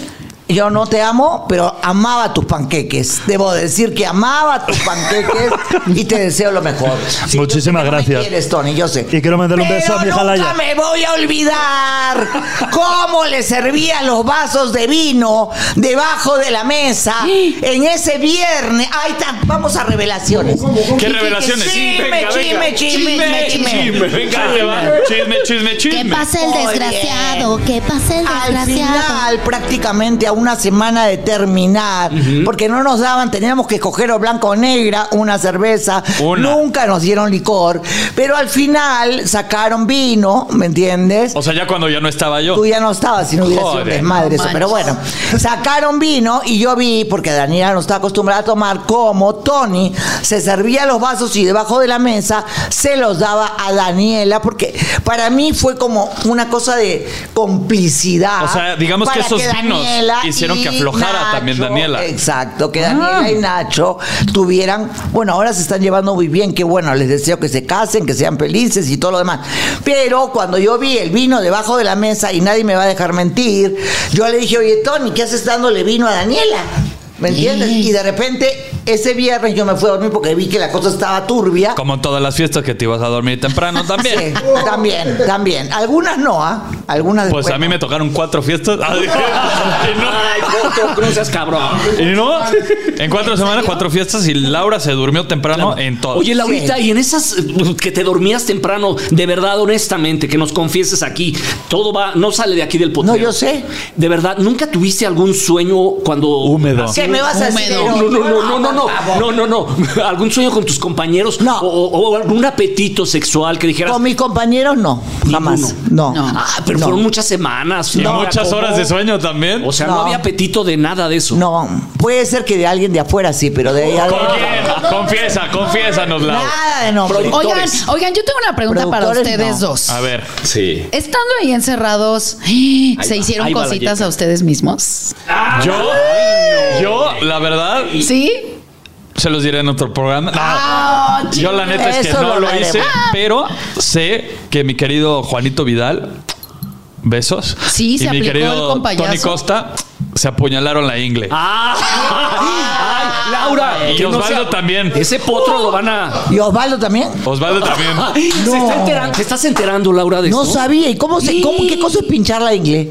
C: Yo no te amo, pero amaba tus panqueques. Debo decir que amaba tus panqueques y te deseo lo mejor. Sí, yo sé que
G: Muchísimas
C: no me
G: Ah, gracias.
C: quieres, Tony, yo sé.
G: Y quiero mandarle un
C: Pero
G: beso a mi hija
C: nunca
G: Laia.
C: me voy a olvidar cómo le servían los vasos de vino debajo de la mesa en ese viernes. Ahí está, vamos a revelaciones.
D: ¿Qué revelaciones?
C: Chisme,
D: Venga, venga.
C: chisme, chisme,
D: chisme.
C: chisme.
D: Venga, te va. Chisme, chisme,
H: ¿Qué
D: chisme.
H: pasa el
C: Muy
H: desgraciado? ¿Qué pasa el
C: Al
H: desgraciado?
C: final, prácticamente a una semana de terminar, porque no nos daban, teníamos que escoger o blanco o negra, una cerveza,
D: Una.
C: nunca nos dieron licor, pero al final sacaron vino, ¿me entiendes?
D: O sea, ya cuando ya no estaba yo.
C: Tú ya no estabas, si no hubiera sido un
D: Joder.
C: desmadre eso.
F: No
C: Pero bueno, sacaron vino y yo vi, porque Daniela no está acostumbrada a tomar, como Tony se servía los vasos y debajo de la mesa se los daba a Daniela, porque para mí fue como una cosa de complicidad.
D: O sea, digamos que
C: para
D: esos vinos
C: Daniela
D: hicieron que
C: y
D: aflojara también Daniela.
C: Exacto,
D: Ah.
C: que Daniela y Nacho tuvieran, bueno, ahora se están llevando muy bien, que bueno, les deseo que se casen, que sean felices y todo lo demás. Pero cuando yo vi el vino debajo de la mesa y nadie me va a dejar mentir, yo le dije, oye Tony, ¿qué haces dándole vino a Daniela? ¿Me entiendes? Y de repente, ese viernes yo me fui a dormir porque vi que la cosa estaba turbia.
D: Como en todas las fiestas que te ibas a dormir temprano también.
C: Sí, también, también. Algunas no, ¿ah? Algunas
D: Pues
C: después
D: a mí
C: no.
D: me tocaron cuatro fiestas. Ah, Y no-
E: Ay, potro, no seas cabrón.
D: Y no, en cuatro semanas, cuatro fiestas y Laura se durmió temprano en todo.
E: Oye, Laurita, y en esas eh, que te dormías temprano, de verdad, honestamente, que nos confieses aquí, todo va, no sale de aquí del potrero.
C: No, yo sé.
E: De verdad, ¿nunca tuviste algún sueño cuando
D: Húmedo.
E: hacías-
C: ¿Qué me vas a decir?
F: Húmedo.
E: No, no, no, no, no, no, no, no, no. ¿Algún sueño con tus compañeros?
C: No.
E: O, o- o algún apetito sexual que dijeras.
C: Con mis compañeros no, jamás. No.
F: No.
E: Ah, pero
C: No.
E: fueron muchas semanas.
D: y
E: ¿no?
D: muchas
E: ¿Cómo?
D: horas de sueño también.
E: O sea, no.
C: No.
E: había apetito de nada de eso.
C: No, puede ser que de alguien de afuera sí, pero de ahí
D: ¿Con
C: adentro.
D: quién? Confiesa, confiésanos, Laura.
C: Nada de nombre.
E: Proyecto.
F: Oigan,
E: Productores.
F: oigan, yo tengo una pregunta para
C: Productores,
F: ustedes
C: no.
F: dos.
D: A ver.
E: Sí.
F: Estando ahí encerrados, ¿se
E: va,
F: hicieron
E: ahí va la
F: cositas
E: yeca.
F: a ustedes mismos?
D: Yo, yo, la verdad,
F: ¿Sí?
D: se los diré en otro programa. No.
F: Ah,
D: yo la neta es que
C: Eso
D: no
C: lo
D: lo
C: haremos.
D: hice, pero sé que mi querido Juanito Vidal, besos.
F: Sí,
D: y
F: se
D: mi
F: aplicó el
D: querido
F: compayazo.
D: Tony Costa se apuñalaron la ingle.
E: Ah. Ay, Laura.
D: Ah. Y
E: que no
D: Osvaldo también.
E: Ese potro lo van a.
C: ¿Y Osvaldo también?
D: Osvaldo también.
E: Se está enterando- ¿Te estás enterando, Laura, de
C: No
E: esto?
C: sabía. ¿Y cómo se, cómo, qué cosa es pinchar la ingle?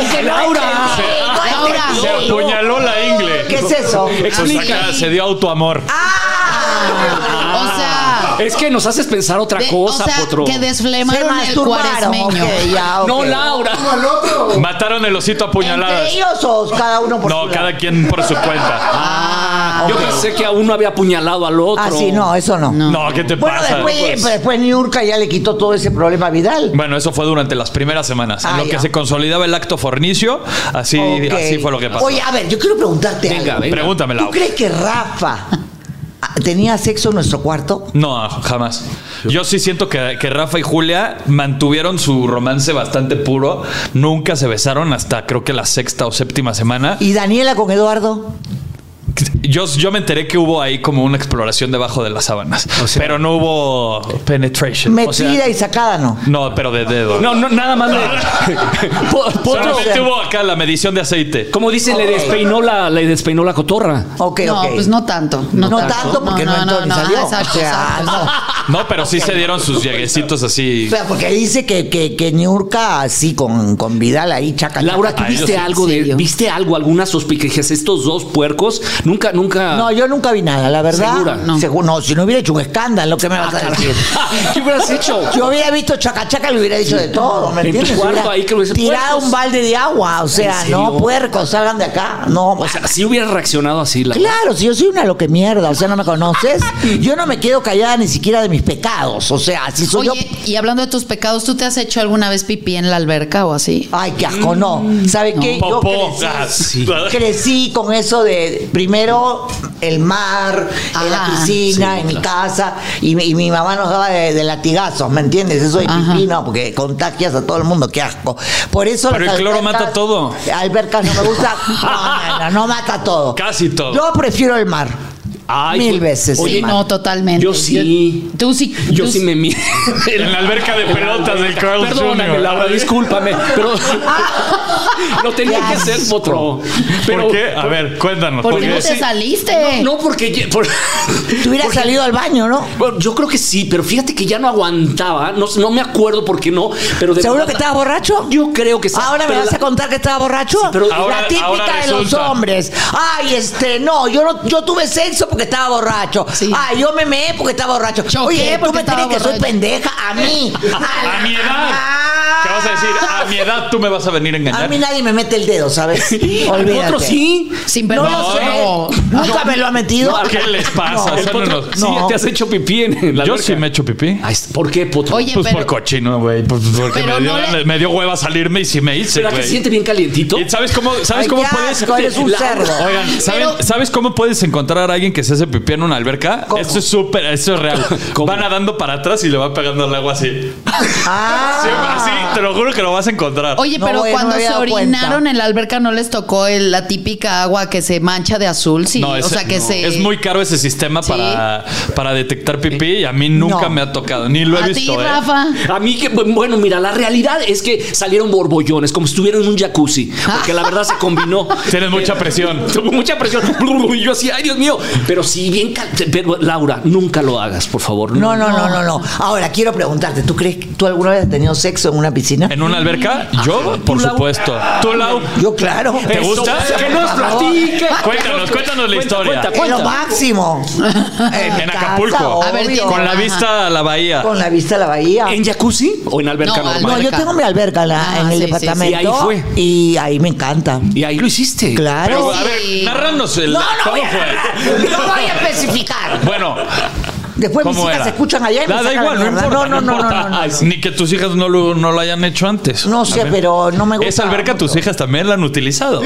C: Es que no
E: Laura.
C: entendí, no
F: Laura.
C: entendí.
D: Se apuñaló la ingle.
C: ¿Qué es eso?
D: Pues
E: Explica.
D: acá se dio autoamor.
C: Ah,
F: O sea,
E: Es que nos haces pensar otra
F: de- o
E: cosa,
F: sea,
E: potro.
F: que
C: Se
F: desflemaron el
C: masturbaron.
F: cuaresmeño.
C: Ok, ya, Ah, ok.
E: No, Laura.
D: Mataron el osito a
C: ¿Entre
D: puñaladas.
C: ellos o cada uno por
D: No,
C: su lado?
D: cada quien por su cuenta.
E: Yo pensé que a uno había apuñalado al otro.
C: Ah, sí, no, eso no.
F: No.
D: No, ¿qué te
C: Bueno,
D: pasa? Pues,
C: después, pero después Niurka ya le quitó todo ese problema a Vidal.
D: Bueno, eso fue durante las primeras semanas. en
C: Ah,
D: lo
C: ya.
D: que se consolidaba el acto fornicio, así,
C: Ok.
D: así fue lo que pasó.
C: Oye, a ver, yo quiero preguntarte
E: Venga,
C: algo.
E: venga.
D: Pregúntame, Lau.
C: ¿Tú crees que Rafa ah, tenía sexo en nuestro cuarto?
D: No, jamás. Yo sí siento que, que Rafa y Julia mantuvieron su romance bastante puro. Nunca se besaron hasta creo que la sexta o séptima semana.
C: ¿Y Daniela con Eduardo?
D: Yo, yo me enteré que hubo ahí como una exploración debajo de las sábanas. pero no hubo penetration.
C: Metida
D: O sea,
C: y sacada, no.
D: no, pero de dedo.
E: No, no, nada más le- Po- Potro,
D: Solamente hubo acá la medición de aceite.
E: como dicen, le despeinó la, le despeinó la cotorra.
C: Ok,
F: no,
C: ok.
F: pues no tanto. No,
C: No tanto, porque no entró ni salió.
F: Ah, exacto,
C: O sea,
F: exacto,
C: no.
F: exacto.
D: No, pero sí se dieron sus lleguecitos así.
C: O sea, porque dice que, que, que Niurka así con, con Vidal ahí chaca.
E: Laura, ¿tú
D: Ah, ellos
E: viste
D: sí.
E: algo
F: Sí,
E: de,
F: yo.
E: viste algo, alguna sospecha? Dijiste, Estos dos puercos nunca, nunca.
C: No, yo nunca vi nada, la verdad.
E: ¿Segura? Ah,
C: No.
F: No.
C: no, si no hubiera hecho un escándalo, ¿qué me vas a decir?
E: ¿Qué hubieras hecho?
C: Yo hubiera visto chacachaca, le hubiera dicho de todo, ¿me
E: En tu
C: entiendes?
E: cuarto
C: Hubiera
E: ahí que hubiese
C: tirado
E: puercos.
C: un balde de agua, o sea,
E: ¿En
C: no,
E: serio?
C: puercos, salgan de acá. No,
E: O sea, si hubieras reaccionado así, la.
C: Claro, si yo soy una loque mierda, o sea, no me conoces. Yo no me quedo callada ni siquiera de mis pecados, o sea, si soy
F: Oye,
C: yo.
F: y hablando de tus pecados, ¿tú te has hecho alguna vez pipí en la alberca o así?
C: Ay, qué asco, no. ¿Sabe qué? Yo
D: Popó.
C: crecí-
D: Ah, sí.
C: crecí con eso de primero el mar, en la
F: Ajá.
C: piscina, en mi casa, y mi, y mi mamá nos daba de, de latigazos, ¿me entiendes? Eso de
F: Ajá.
C: pipí, no, porque contagias a todo el mundo, qué asco. Por eso
D: Pero
C: las
D: el cloro
C: albercas-
D: mata todo.
C: Albercas no me gusta, no, no, no, no mata todo.
D: Casi todo.
C: Yo prefiero el mar.
E: Ay,
C: mil
E: pues,
C: veces.
F: Sí,
C: el mar.
F: no, totalmente.
E: Yo sí.
F: Tú sí.
E: Yo
F: tú
E: sí me miro.
D: En la alberca de pelotas del Carl
E: Perdóname,
D: Jr..
E: Laura, discúlpame, pero lo tenía que hacer, Potro. Pero,
D: ¿Por qué? A ver, cuéntanos.
F: ¿Por
D: porque
F: qué no te
D: sí-
F: saliste?
E: No, porque ye- por-
C: Tú hubieras salido al baño, ¿no?
E: bueno, yo creo que sí, pero fíjate que ya no aguantaba. No, no me acuerdo por qué no, pero de
C: ¿Seguro que
E: verdad-
C: estabas borracho?
E: Yo creo que sí.
C: Ahora me
E: pero
C: vas
E: la-
C: a contar que estaba borracho.
E: pero-
D: Ahora-
C: la típica
D: ahora
C: de los
D: resulta.
C: hombres. Ay, este, no, yo no, yo tuve sexo porque estaba borracho.
F: Sí.
C: Ay, yo me meé porque estaba borracho.
F: Choqué
C: Oye, tú
F: porque
C: me
F: estaba
C: tienes que soy
F: borracho.
C: pendeja a mí. Ah,
D: A mi edad. ¿Qué vas a decir? A mi edad tú me vas a venir a
C: A
D: engañar.
C: mí nadie me mete el dedo, ¿sabes?
E: Al
C: Olvídate.
E: Potro sí.
F: Sin
C: No
F: perdón.
C: lo sé. Nunca me lo ha metido.
D: ¿Qué les pasa?
C: No,
D: Son
E: El Potro,
D: unos-
E: sí,
C: no.
E: te has hecho pipí en, en la
D: Yo
E: alberca.
D: sí me echo pipí.
E: Ay, ¿Por qué, Potro?
F: Oye,
D: Pues por
F: pero.
D: cochino, güey. pues Porque
F: Pero
D: me dio,
F: no le-
D: me dio hueva salirme y sí me hice,
E: ¿Será que
D: güey.
E: se siente bien calientito?
D: ¿Y sabes cómo, sabes
C: Ay,
D: cómo
C: qué
D: puedes?
C: asco, eres un
E: La-
C: cerdo.
D: Oigan, ¿saben-
F: Pero-
D: ¿sabes cómo puedes encontrar a alguien que se hace pipí en una alberca?
C: ¿Cómo?
D: Eso es súper, eso es real.
E: ¿Cómo?
D: Va nadando para atrás y le va pegando el agua así.
C: Ah.
D: Sí, así, te lo juro que lo vas a encontrar.
F: Oye,
C: No,
F: pero
C: güey, no
F: cuando
C: me había
F: se
C: dado
F: orinaron
C: cuenta.
F: en la alberca no les tocó el- la típica agua que se mancha de azul, sí.
D: No,
F: o sea, que
D: no.
F: se.
D: es muy caro ese sistema
F: Sí.
D: para, para detectar pipí y a mí nunca
C: No.
D: me ha tocado, ni lo he
F: A ti,
D: visto. ¿eh?
F: Rafa.
E: A mí que, bueno, mira, la realidad es que salieron borbollones, como si estuvieran en un jacuzzi, porque la verdad se combinó. Eh,
D: Tienes mucha presión.
E: Tuvo mucha presión. Y yo así, ay Dios mío. Pero sí, bien cal- Pero Laura, nunca lo hagas, por favor.
C: No, no, no, no, no. Ahora quiero preguntarte, ¿tú crees que tú alguna vez has tenido sexo en una piscina?
D: ¿En una alberca? Yo, por supuesto. ¿Tú, Lau?
C: Yo claro.
D: ¿Te
C: Eso,
D: gusta?
E: Que nos
C: por favor.
E: platique.
D: Cuéntanos, cuéntanos la
E: Cuenta,
D: historia.
E: cuenta,
C: Es lo
E: cuenta.
C: máximo. mi
D: En
C: casa,
D: Acapulco.
F: A ver,
C: obvio.
F: dime.
D: Con la
F: Ajá.
D: vista a la bahía.
C: Con la vista a la bahía.
E: ¿En jacuzzi o en alberca
F: No, al-
E: normal?
C: No, yo
F: alberca.
C: tengo mi alberca la-
F: Ah,
C: en el
F: sí, sí,
C: departamento.
E: sí. Y ahí fue.
C: Y ahí me encanta.
E: Y ahí lo hiciste.
D: Pero,
C: Claro.
D: a ver,
F: Sí.
D: narranos el.
C: No, no
D: ¿Cómo
C: voy a-
D: fue?
C: no voy a especificar.
D: Bueno,
C: Después mis
D: ¿cómo
C: hijas
D: era? Ah,
C: se escuchan allá y me
D: Da, da
C: sacan
D: igual,
C: la
D: no
C: mierda.
D: importa.
C: no, no, no, no,
D: importa.
C: no, no.
D: Ni que tus hijas no lo, no lo hayan hecho antes.
C: No
D: A
C: sé,
D: ver.
C: pero no me gusta.
D: Esa alberca tus hijas también la han utilizado.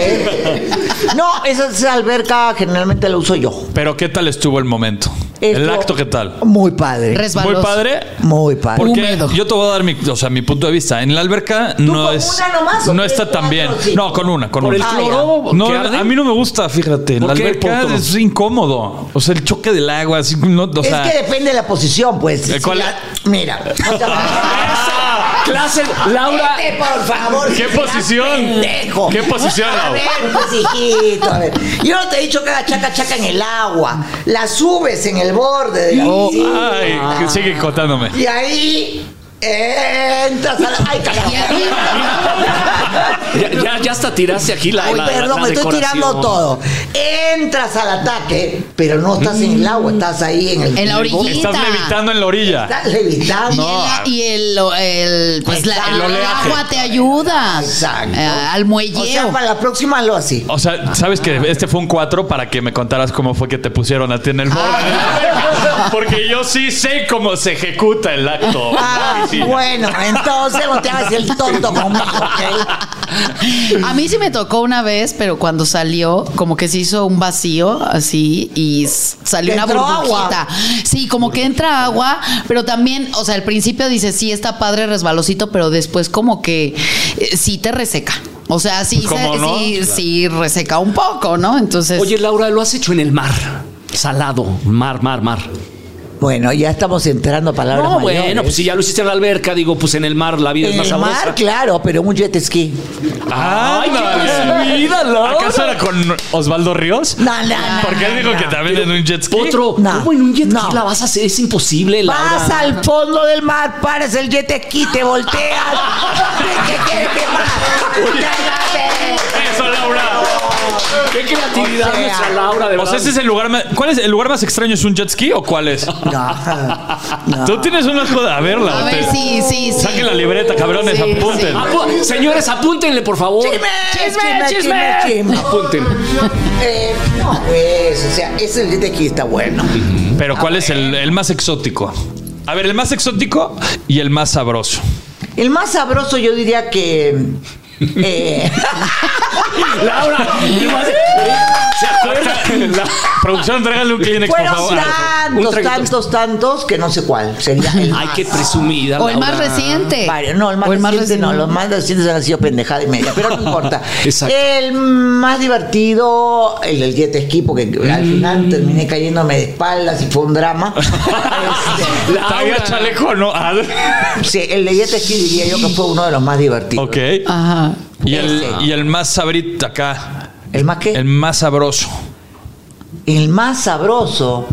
C: Sí. No, esa, esa alberca generalmente la uso yo.
D: Pero ¿qué tal estuvo el momento? el
C: Esto-
D: acto, ¿qué tal?
C: Muy padre.
F: Resbaloso.
D: Muy padre.
C: Muy padre.
D: Porque
F: Húmedo.
D: yo te voy a dar mi, o sea, mi punto de vista. En la alberca no
C: con
D: es.
C: una nomás o
D: no
C: tres,
D: está tan
C: cuatro,
D: bien.
C: cinco?
D: No, con una, con
E: ¿Por el
D: una.
C: Ah,
E: cloro?
D: No,
E: que arde?
D: a mí no me gusta, fíjate. En la
E: ¿Por qué,
D: alberca
E: Potro?
D: es incómodo. O sea, el choque del agua, así, no, o sea.
C: es que depende de la posición, pues.
D: ¿Eh,
C: Si
D: cuál-
C: la- Mira. o sea,
E: Ah, Clase, Laura.
C: Vete, por favor.
D: ¿Qué
C: si serás
D: posición?
C: pendejo.
D: ¿Qué posición,
C: A
D: Lau?
C: ver, pues, hijito, a ver. Yo no te he dicho que haga chaca chaca en el agua. La subes en el borde de la
D: Oh,
C: piscina.
D: Ay, que sigue contándome.
C: Y ahí entras a la. Ay, carajo.
F: Y ahí-
E: Ya, ya, ya hasta tiraste aquí la.
C: Ay,
E: la- la-
C: perdón,
E: la
C: me estoy
E: decoración.
C: tirando todo. Entras al ataque, pero no estás en el agua, estás ahí en el.
F: En la orillita.
D: Estás levitando en la orilla.
C: Estás levitando.
D: No.
F: Y el, el- pues la-
C: Exacto.
F: el
D: oleaje.
F: agua te ayuda
C: Exacto.
F: eh, al
C: O sea,
F: muelleo.
C: para la próxima lo así.
D: O sea, sabes que este fue un 4 para que me contaras cómo fue que te pusieron a ti en el borde. Porque yo sí sé cómo se ejecuta el acto.
C: Ah, bueno, entonces no te hagas el tonto conmigo, ¿ok?
F: A mí sí me tocó una vez, pero cuando salió, como que se hizo un vacío así y s- salió una
C: Entró
F: burbujita.
C: agua.
F: Sí, como que entra agua, pero también, o sea, al principio dices, sí, está padre resbalosito, pero después como que eh, sí te reseca. O sea, sí,
D: Pues, ¿Cómo
F: se-
D: no?
F: sí, sí reseca un poco, ¿no? Entonces,
E: Oye, Laura, lo has hecho en el mar. Salado, mar, mar, mar.
C: Bueno, ya estamos entrando a palabras
E: No,
C: mayores.
E: bueno, pues si ya lo hiciste en la alberca, digo, pues en el mar la vida es
C: En
E: más
C: el
E: sabrosa.
C: mar, claro, pero un jet ski.
D: ¡Ay, qué vida, ¿Acaso era con Osvaldo Ríos?
C: No, no, no,
D: Porque él
C: no,
D: dijo
C: no.
D: que también en un jet ski.
E: Otro,
C: No.
E: ¿cómo en un jet
C: No.
E: ski la vas a hacer? Es imposible, Laura.
C: Vas al fondo del mar, paras el jet ski, te volteas. ¿Qué quieres que más?
D: Eso, Laura.
E: ¡Qué creatividad
C: O sea,
E: nuestra Laura, de
D: O
E: verdad!
D: sea, ese es el lugar más. ¿Cuál es el lugar más extraño? ¿Es un jet ski o cuál es?
C: No, no.
D: Tú tienes una joda. A verla.
F: a ver, sí, sí, sí.
D: Saquen la libreta, cabrones,
F: Sí,
D: apunten.
E: Apu- Señores, apúntenle, por favor.
F: Chisme,
C: chisme.
E: Apunten.
C: Eh, no, pues, o sea, ese jet ski está bueno.
D: Pero ¿cuál es el, el más exótico? A ver, el más exótico y el más sabroso.
C: El más sabroso yo diría que... eh,
E: Laura, digo, ¿se acuerdan? La-
D: Producción, tráiganle un Kleenex, por
C: fueron
D: favor.
E: un
C: tantos,
E: traguito.
C: tantos, tantos, que no sé cuál. Sería el
E: Ay,
C: más.
E: qué presumida.
F: O el más
E: Laura.
F: reciente.
C: Varios. No, el más
F: O
C: reciente no, los más recientes han sido pendejada y media, pero no importa.
E: Exacto.
C: El más divertido, el del jet ski, porque al
D: Mm.
C: final terminé cayéndome de espaldas y fue un drama. Este,
D: Todavía chaleco, ¿no? Ah,
C: sí, el de jet ski diría yo que fue uno de los más divertidos.
D: ok.
F: Ajá.
D: Y el,
C: Ese.
D: y el más sabrito acá.
C: ¿El más qué?
D: El
C: El,
D: más sabroso.
C: más sabroso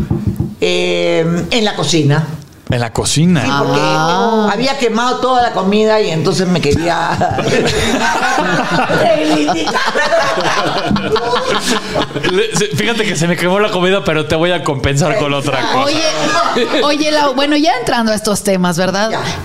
C: eh, en la cocina.
D: En la
C: Sí,
D: cocina.
C: porque
F: Ah.
C: había quemado toda la comida y entonces me quería
D: Le- se- Fíjate que se me quemó la comida, pero te voy a compensar con otra cosa.
F: Oye, oye, Lau, bueno, ya entrando a estos temas, ¿verdad?
C: Ya.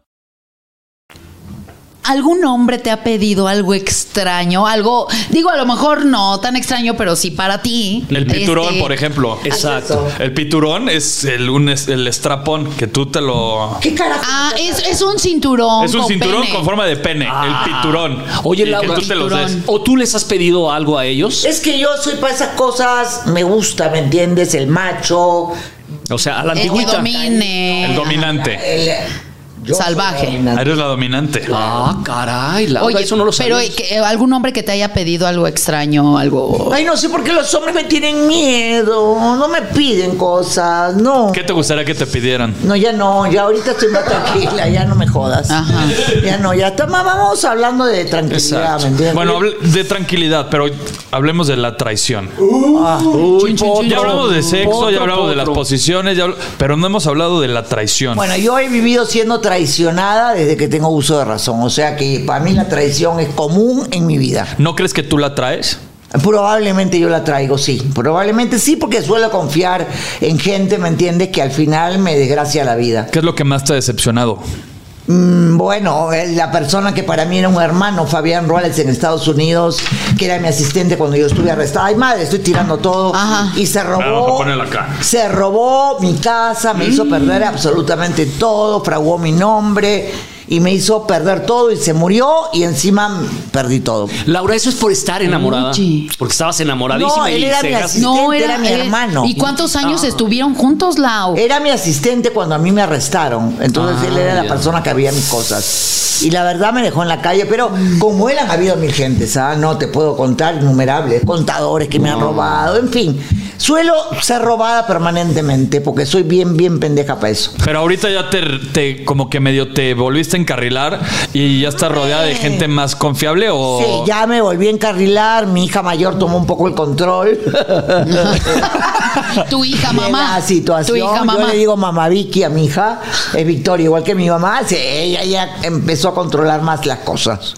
F: ¿Algún hombre te ha pedido algo extraño? Algo, digo, a lo mejor no tan extraño, pero sí para ti.
D: El piturón,
F: Este,
D: por ejemplo.
E: Exacto.
D: El piturón es el, un es- el estrapón que tú te lo.
C: ¿Qué carajo?
F: Ah, es, es un cinturón.
D: Es un
F: con
D: cinturón
F: pene.
D: con forma de pene.
E: Ah.
D: El piturón.
E: Oye,
D: Y que
E: Laura,
D: tú te los des.
F: piturón.
E: ¿O tú les has pedido algo a ellos?
C: Es que yo soy para esas cosas, me gusta, ¿me entiendes? El macho,
E: O sea, a la
F: El que
E: antigüita.
F: domine.
D: El dominante.
C: el... yo soy
F: Salvaje.
C: dominante.
D: Eres la dominante.
E: Ah, caray, Laura,
F: Oye,
E: eso no lo
F: pero
E: sabía.
F: que- algún hombre que te haya pedido algo extraño, algo.
C: Ay, no sé por qué los hombres me tienen miedo, no me piden cosas, no.
D: ¿Qué te gustaría que te pidieran?
C: No, ya no, ya ahorita estoy más tranquila, ya no me jodas.
F: Ajá.
C: Ya no, ya estamos vamos hablando de tranquilidad, ¿me entiendes?
D: Bueno, hable- de tranquilidad, pero hablemos de la traición.
E: Chin, chin, chin,
D: Ya hablamos de
E: potro,
D: sexo, ya
E: potro,
D: hablamos de las
E: potro.
D: posiciones, ya habl- pero no hemos hablado de la traición.
C: Bueno, yo he vivido siendo traicionada desde que tengo uso de razón, o sea que para mí la traición es común en mi vida.
D: ¿No crees que tú la traes?
C: Probablemente yo la traigo, sí. Probablemente sí, porque suelo confiar en gente, ¿me entiendes? Que al final me desgracia la vida.
D: ¿Qué es lo que más te ha decepcionado?
C: Mm, Bueno, eh, la persona que para mí era un hermano, Fabián Ruales, en Estados Unidos, que era mi asistente cuando yo estuve arrestada. Ay, madre, estoy tirando todo.
F: Ajá.
C: Y se
D: Vamos a
C: robó.
D: ponerla acá.
C: Se robó mi casa, me hizo perder absolutamente todo, fraguó mi nombre. y me hizo perder todo y se murió y encima perdí todo.
E: Laura, eso es por estar enamorada.
F: Oye.
E: Porque estabas enamoradísima
C: No, él
E: y
C: era
E: se
C: mi
E: casaste.
C: asistente, era mi hermano. Eh,
F: ¿Y cuántos
D: Ah.
F: años estuvieron juntos, Lau?
C: Era mi asistente cuando a mí me arrestaron. Entonces
E: Ah,
C: él era la
E: ya.
C: persona que había mis cosas. Y la verdad me dejó en la calle, pero como él han habido mil gentes, ¿ah? no te puedo contar innumerables contadores que me han robado, en fin. Suelo ser robada permanentemente porque soy bien, bien pendeja para eso.
D: Pero ahorita ya te, te- como que medio te volviste a encarrilar y ya estás rodeada de gente más confiable o...
C: Sí, ya me volví a encarrilar, mi hija mayor tomó un poco el control.
F: Tu hija,
C: de
F: mamá.
C: la situación.
F: Tu hija, mamá.
C: Yo le digo mamá Vicky a mi hija, es Victoria, igual que mi mamá, sí, ella ya empezó a controlar más las cosas.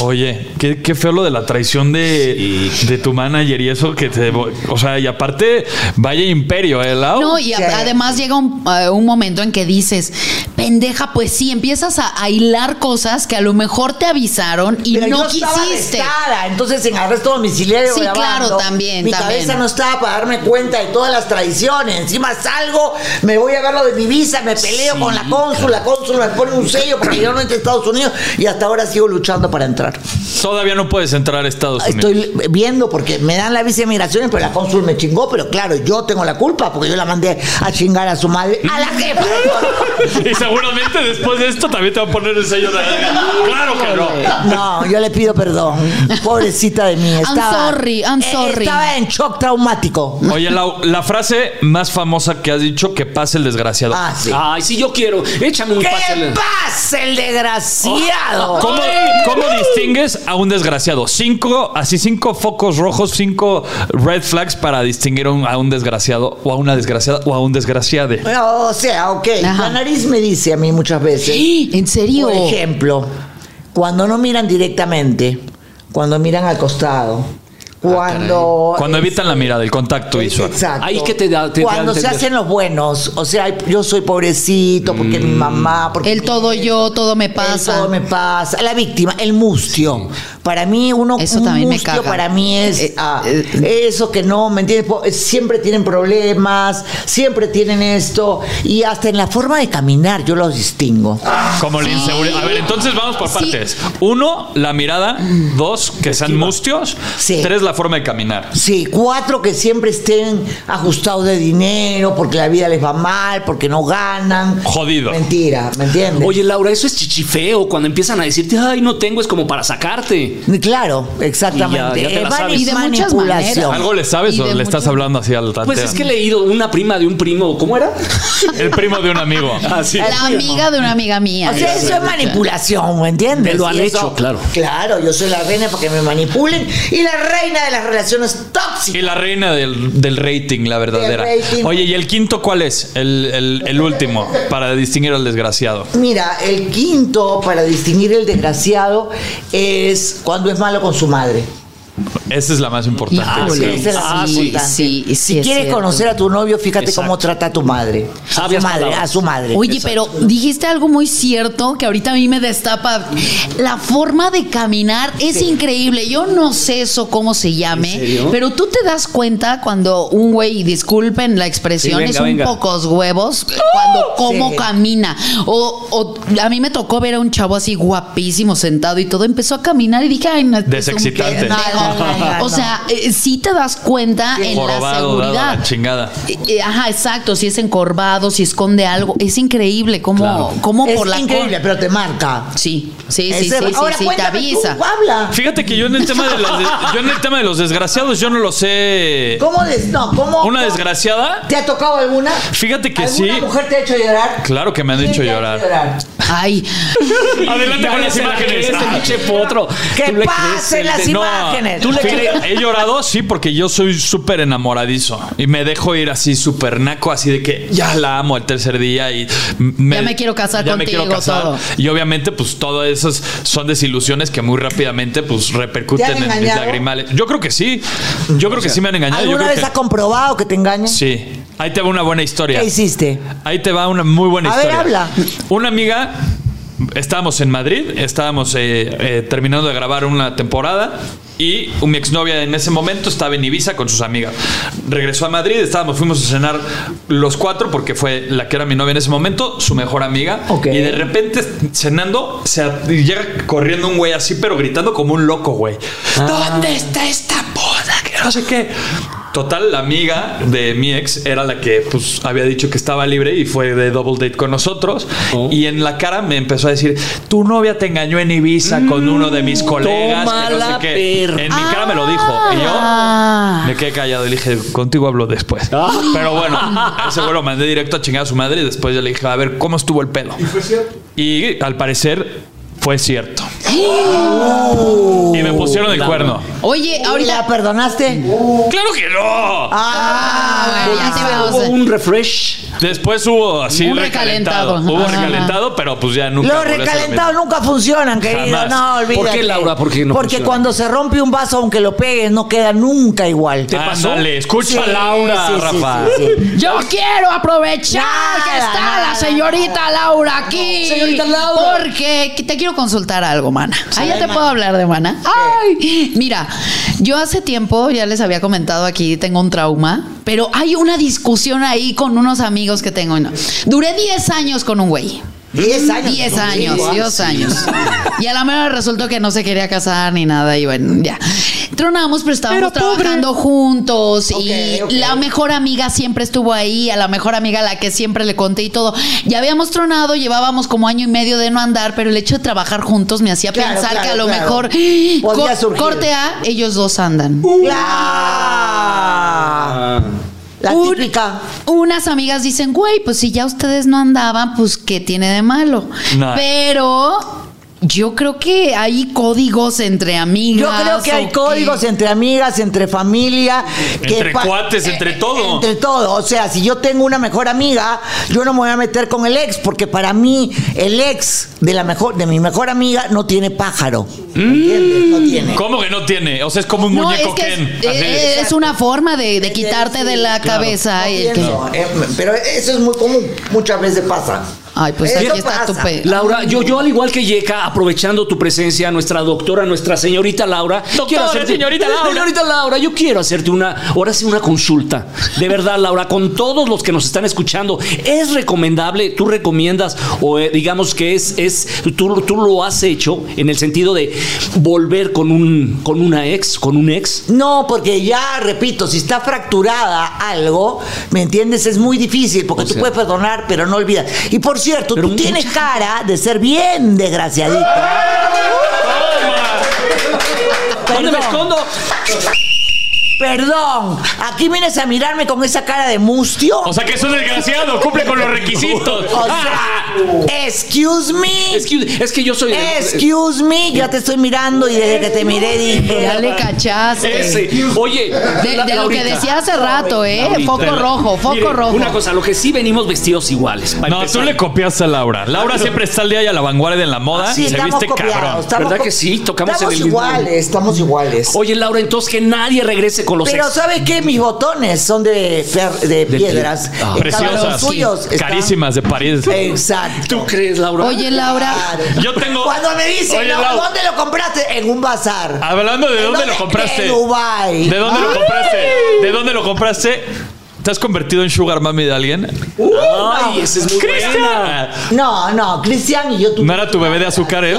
D: Oye, qué, qué feo lo de la traición de, de tu manager y eso que te... O sea, y aparte, vaya imperio, ¿eh, Lau?
F: No, y a-
C: Sí.
F: además llega un, eh, un momento en que dices, pendeja, pues sí, empiezas a, a hilar cosas que a lo mejor te avisaron y
C: Pero
F: no
C: yo estaba
F: quisiste.
C: arrestada, entonces en arresto domiciliario
F: Sí,
C: grabando,
F: claro, también,
C: Mi
F: también.
C: cabeza no estaba para darme cuenta de todas las traiciones. Encima salgo, me voy a ver lo de mi visa, me peleo con la cónsula, la cónsula me pone un sello porque yo no entré a Estados Unidos y hasta ahora sigo luchando para entrar.
D: Todavía no puedes entrar a Estados Unidos.
C: Estoy viendo porque me dan la visa de migraciones, pero la cónsul me chingó, pero claro, yo tengo la culpa porque yo la mandé a chingar a su madre, a la jefa.
D: Y seguramente después de esto también te va a poner el sello de... Claro que no.
C: No, yo le pido perdón. Pobrecita de mí. Estaba,
F: sorry, I'm
C: eh,
F: sorry.
C: Estaba en shock traumático.
D: Oye, Lau, la frase más famosa que has dicho, que pase el desgraciado.
C: Ah, sí.
E: Ay, sí, yo quiero. Échame un
C: ¡Qué
E: pase.
C: pasa el desgraciado!
D: Oh, ¿Cómo, cómo distingues a un desgraciado? Cinco, así cinco focos rojos, cinco red flags para distinguir un- a un desgraciado o a una desgraciada o a un desgraciade.
C: Bueno, o sea, ok.
F: Ajá.
C: La nariz me dice a mí muchas veces.
F: ¿En serio?
C: Por ejemplo, cuando no miran directamente, cuando miran al costado, cuando.
D: Ah, Cuando evitan la mirada, el contacto visual.
C: Exacto.
E: Ahí que te da- te da a
C: Cuando se
E: entender.
C: hacen los buenos, o sea, yo soy pobrecito porque
E: Mm.
C: mi mamá, porque
F: El
C: mi
F: todo yo, todo me pasa.
C: El todo me pasa. La víctima, el mustio. Para mí, uno.
F: Eso
C: un
F: también me
C: mustio
F: caga.
C: para mí es.
F: Eh,
C: ah,
F: eh.
C: eso que no, ¿me entiendes? Po- eh, Siempre tienen problemas, siempre tienen esto. Y hasta en la forma de caminar, yo los distingo.
D: Como la inseguridad. A ver, entonces vamos por partes. Uno, la mirada. Dos, que sean mustios.
C: Sí.
D: Tres, la forma de caminar.
C: Sí, cuatro que siempre estén ajustados de dinero porque la vida les va mal, porque no ganan.
D: Jodido.
C: Mentira, ¿me entiendes?
E: Oye, Laura, eso es chichifeo. Cuando empiezan a decirte, ay, no tengo, es como para sacarte.
C: Claro, exactamente. Eh,
E: Y ya- ya te la
C: Es
E: sabes.
C: mani-
F: Y de muchas
C: manipulación.
F: maneras.
D: ¿Algo le sabes
F: Y
D: o
F: de
D: le estás
F: mucho-
D: hablando así al tanteo?
E: Pues es que he leído una prima de un primo, ¿cómo era?
D: El primo de un amigo.
C: Ah.
E: Así.
F: La amiga de una amiga mía.
C: O sea, eso es manipulación, ¿me entiendes?
E: Me lo han
C: Y eso-
E: hecho, claro.
C: Claro, yo soy la reina porque me manipulen y la reina de las relaciones
D: Y
C: tóxicas.
D: la reina del, del rating, la verdadera.
C: Del rating.
D: Oye, ¿y el quinto cuál es? El, el- el último, para distinguir al desgraciado.
C: Mira, el quinto para distinguir el desgraciado es cuando es malo con su madre.
D: Esa es la más importante.
E: Híjole.
C: Esa es la
E: Ah,
C: más
E: sí,
C: importante.
F: sí, sí,
C: si
F: es
C: quieres
F: cierto.
C: conocer a tu novio, fíjate
E: Exacto.
C: cómo trata a tu madre. A su
E: Sabias
C: madre,
E: palabras.
C: a su madre.
F: Oye, pero dijiste algo muy cierto que ahorita a mí me destapa. La forma de caminar es increíble. Yo no sé eso cómo se llame,
E: serio?
F: pero tú te das cuenta cuando un güey, y disculpen la expresión,
E: Sí, venga,
F: es un
E: venga.
F: pocos huevos, cuando cómo
C: Sí.
F: camina. O, o a mí me tocó ver a un chavo así guapísimo sentado y todo, empezó a caminar y dije, ay, no, este es un
D: Desexcitante.
F: pendejo".
C: No, no, no, no.
F: O sea, eh, sí te das cuenta en la
D: Jorobado, dado a
F: seguridad.
D: la chingada.
F: Eh, eh, Ajá, exacto, si es encorvado, si esconde algo, es increíble cómo, cómo
C: es
F: por la
C: increíble,
F: cor-
C: pero te marca.
F: Sí, sí, sí,
C: Ese-
F: sí, sí,
C: Ahora
F: sí, te
C: cuéntame
F: avisa.
C: tú, habla.
D: Fíjate que yo en el tema de las de- yo en el tema de los desgraciados, yo no lo sé.
C: ¿Cómo des- no, cómo-
D: Una desgraciada.
C: ¿Te ha tocado alguna?
D: Fíjate que
C: ¿Alguna
D: sí.
C: mujer te ha hecho llorar?
D: Claro que me han
C: ¿Quién
D: hecho
C: te ha
D: llorar.
F: Ay,
D: Adelante con las imágenes.
E: Este pinche potro.
C: Que
E: Tú le crees
C: pasen
E: el
C: las
E: de- No,
C: imágenes.
D: ¿Tú le crees? He llorado, sí, porque yo soy súper enamoradizo. Y me dejo ir así súper naco, así de que ya la amo el tercer día y...
F: Ya me quiero casar contigo, todo.
D: Y obviamente, pues, todas esas son desilusiones que muy rápidamente, pues,
C: ¿Te han
D: repercuten en mis
C: engañado?
D: lagrimales. Yo creo que sí. Yo creo que sí me han engañado. Yo
C: ¿Alguna
D: creo
C: vez
D: que...
C: has comprobado que te engañan?
D: Sí. Ahí te va una buena historia.
C: ¿Qué hiciste?
D: Ahí te va una muy buena
C: A ver,
D: historia.
C: habla.
D: Una amiga estábamos en Madrid, estábamos eh, eh, terminando de grabar una temporada y mi exnovia en ese momento estaba en Ibiza con sus amigas. Regresó a Madrid, estábamos, fuimos a cenar los cuatro porque fue la que era mi novia en ese momento, su mejor amiga.
C: Ok.
D: Y de repente cenando, se a- llega corriendo un güey así, pero gritando como un loco, güey.
E: Ah.
D: ¿Dónde está esta boda? Que no sé qué. Total, la amiga de mi ex era la que pues había dicho que estaba libre y fue de double date con nosotros.
E: Oh.
D: Y en la cara me empezó a decir, tu novia te engañó en Ibiza con uno de mis colegas. que no sé
E: Mm, tómala,
D: qué.
E: perra. Ah.
D: En mi cara me lo dijo. Y
F: Ah.
D: yo me quedé callado y le dije, contigo hablo después. Pero bueno, a ese güey lo mandé directo a chingar a su madre y después ya le dije, a ver, ¿cómo estuvo el pedo? Y al parecer fue cierto. y me pusieron el cuerno.
F: Oye,
C: ¿Y
F: ahorita.
C: la perdonaste?
D: ¡Claro que no!
C: Ah,
F: Ah, ya te vamos
E: Hubo
F: a-
E: un refresh.
D: Después hubo así
F: Un
D: recalentado.
F: recalentado.
D: Hubo
F: Ajá.
D: recalentado, pero pues ya nunca.
C: Los
D: volvió a ser lo
C: recalentados
D: mismo.
C: nunca funcionan, querido.
D: Jamás.
C: No,
D: ¿Por
C: olvídate.
E: qué, Laura? ¿Por qué no
C: Porque
E: funcionan?
C: cuando se rompe un vaso, aunque lo pegues, no queda nunca igual.
D: ¿Te pasó? Ándale, escucha a
C: Sí,
D: Laura,
C: sí, sí,
D: Rafa.
C: sí, sí.
F: Yo quiero aprovechar que
C: Nada,
F: está
C: nada,
F: la señorita Laura aquí.
C: Señorita Laura.
F: Porque te quiero consultar algo, mana. Ah, ya te puedo hablar de mana. Ay, mira, yo hace tiempo ya les había comentado aquí, tengo un trauma, pero hay una discusión ahí con unos amigos que tengo. No. Duré 10 años con un güey.
C: Diez años.
F: 10 Mm, años, 10 años. Y a la mera resultó que no se quería casar ni nada y bueno, ya. Tronamos, pero estábamos trabajando juntos y
C: ok.
F: la mejor amiga siempre estuvo ahí, a la mejor amiga a la que siempre le conté y todo. Ya habíamos tronado, llevábamos como año y medio de no andar, pero el hecho de trabajar juntos me hacía
C: Claro,
F: pensar
C: claro,
F: que a lo
C: claro.
F: mejor
C: Podía
F: cor-
C: surgir.
F: corte A, ellos dos andan.
C: Uh, Claro.
D: Ah.
C: La
F: Un-
C: típica.
F: Unas amigas dicen, güey, pues si ya ustedes no andaban, pues ¿qué tiene de malo?
D: No.
F: Pero yo creo que hay códigos entre amigas.
C: Yo creo que
F: o
C: hay códigos entre amigas, entre familia. que
D: Entre
C: pa-
D: cuates, entre todo.
C: Entre todo. O sea, si yo tengo una mejor amiga, yo no me voy a meter con el ex, porque para mí el ex de la mejor, de mi mejor amiga no tiene pájaro.
E: Mm.
C: ¿Entiendes? No tiene.
D: ¿Cómo que no tiene? O sea, es como un
F: No, es
D: muñeco
F: que es,
D: Ken. Así.
F: eh, es una forma de, de quitarte de la cabeza.
C: No
F: el
C: tiene,
F: que-
C: no, eh, pero eso es muy común. Muchas veces pasa.
F: Ay, pues
C: Eso
F: aquí está tu
C: pasa.
F: pe.
E: Laura, yo, yo al igual que Yeka, aprovechando tu presencia, nuestra doctora, nuestra señorita Laura.
D: Doctora, señorita Laura.
E: Señorita Laura, yo quiero hacerte una, ahora sí, una consulta. De verdad, Laura, con todos los que nos están escuchando, ¿es recomendable, tú recomiendas, o eh, digamos que es, es tú, tú lo has hecho en el sentido de volver con, un, con una ex, con un ex?
C: No, porque ya, repito, si está fracturada algo, ¿me entiendes? Es muy difícil, porque
E: O
C: tú
E: sea.
C: puedes perdonar, pero no olvidas. Y por cierto,
E: Pero
C: tú
E: mucha-
C: tienes cara de ser bien desgraciadita.
E: ¿Dónde me
C: Perdón.
E: escondo?
C: Perdón, aquí vienes a mirarme con esa cara de mustio.
D: O sea, que es un desgraciado, cumple con los requisitos.
C: O sea,
D: ¡Ah!
C: excuse me.
E: Es que, es que yo soy...
C: Excuse me, ya te estoy mirando y desde que te miré dije.
F: Ya le cachaste.
E: Ese. Oye,
F: De,
E: la-
F: de lo que
E: Laurita.
F: decía hace rato, ¿eh?
E: Laurita,
F: Foco
E: la-
F: rojo, foco
E: Mire,
F: rojo.
E: Una cosa, lo que sí venimos vestidos iguales. para
D: No, tú
E: empezar.
D: le copiaste a Laura. Laura siempre está al día y a la vanguardia en la moda.
C: Ah, Sí,
D: y se
C: estamos
D: viste
C: copiados,
D: cabrón.
C: estamos
E: ¿Verdad
C: co-
E: que sí? Tocamos
C: estamos
E: en el mismo-
C: iguales, estamos iguales.
E: Oye, Laura, entonces que nadie regrese con los
C: Pero
E: ex.
C: ¿sabes qué? Mis botones son de, fer- de piedras. Estaban los
D: Ah, Preciosas.
C: suyos, estaban-
D: Carísimas de París.
C: Exacto.
E: ¿Tú crees, Laura?
F: Oye, Laura.
C: Claro.
D: Yo tengo.
C: Cuando me dicen,
D: Oye,
C: no,
D: Lau,
C: ¿dónde lo compraste? En un bazar.
D: Hablando de dónde lo compraste.
C: En Dubai.
D: ¿De dónde lo compraste? ¿De dónde lo compraste? ¿Te has convertido en sugar mami de alguien?
E: Ay, ese es muy buena.
D: ¡Cristian!
C: No, no, Cristian y yo
D: No
C: tuvimos
D: era tu bebé de azúcar, ¿eh?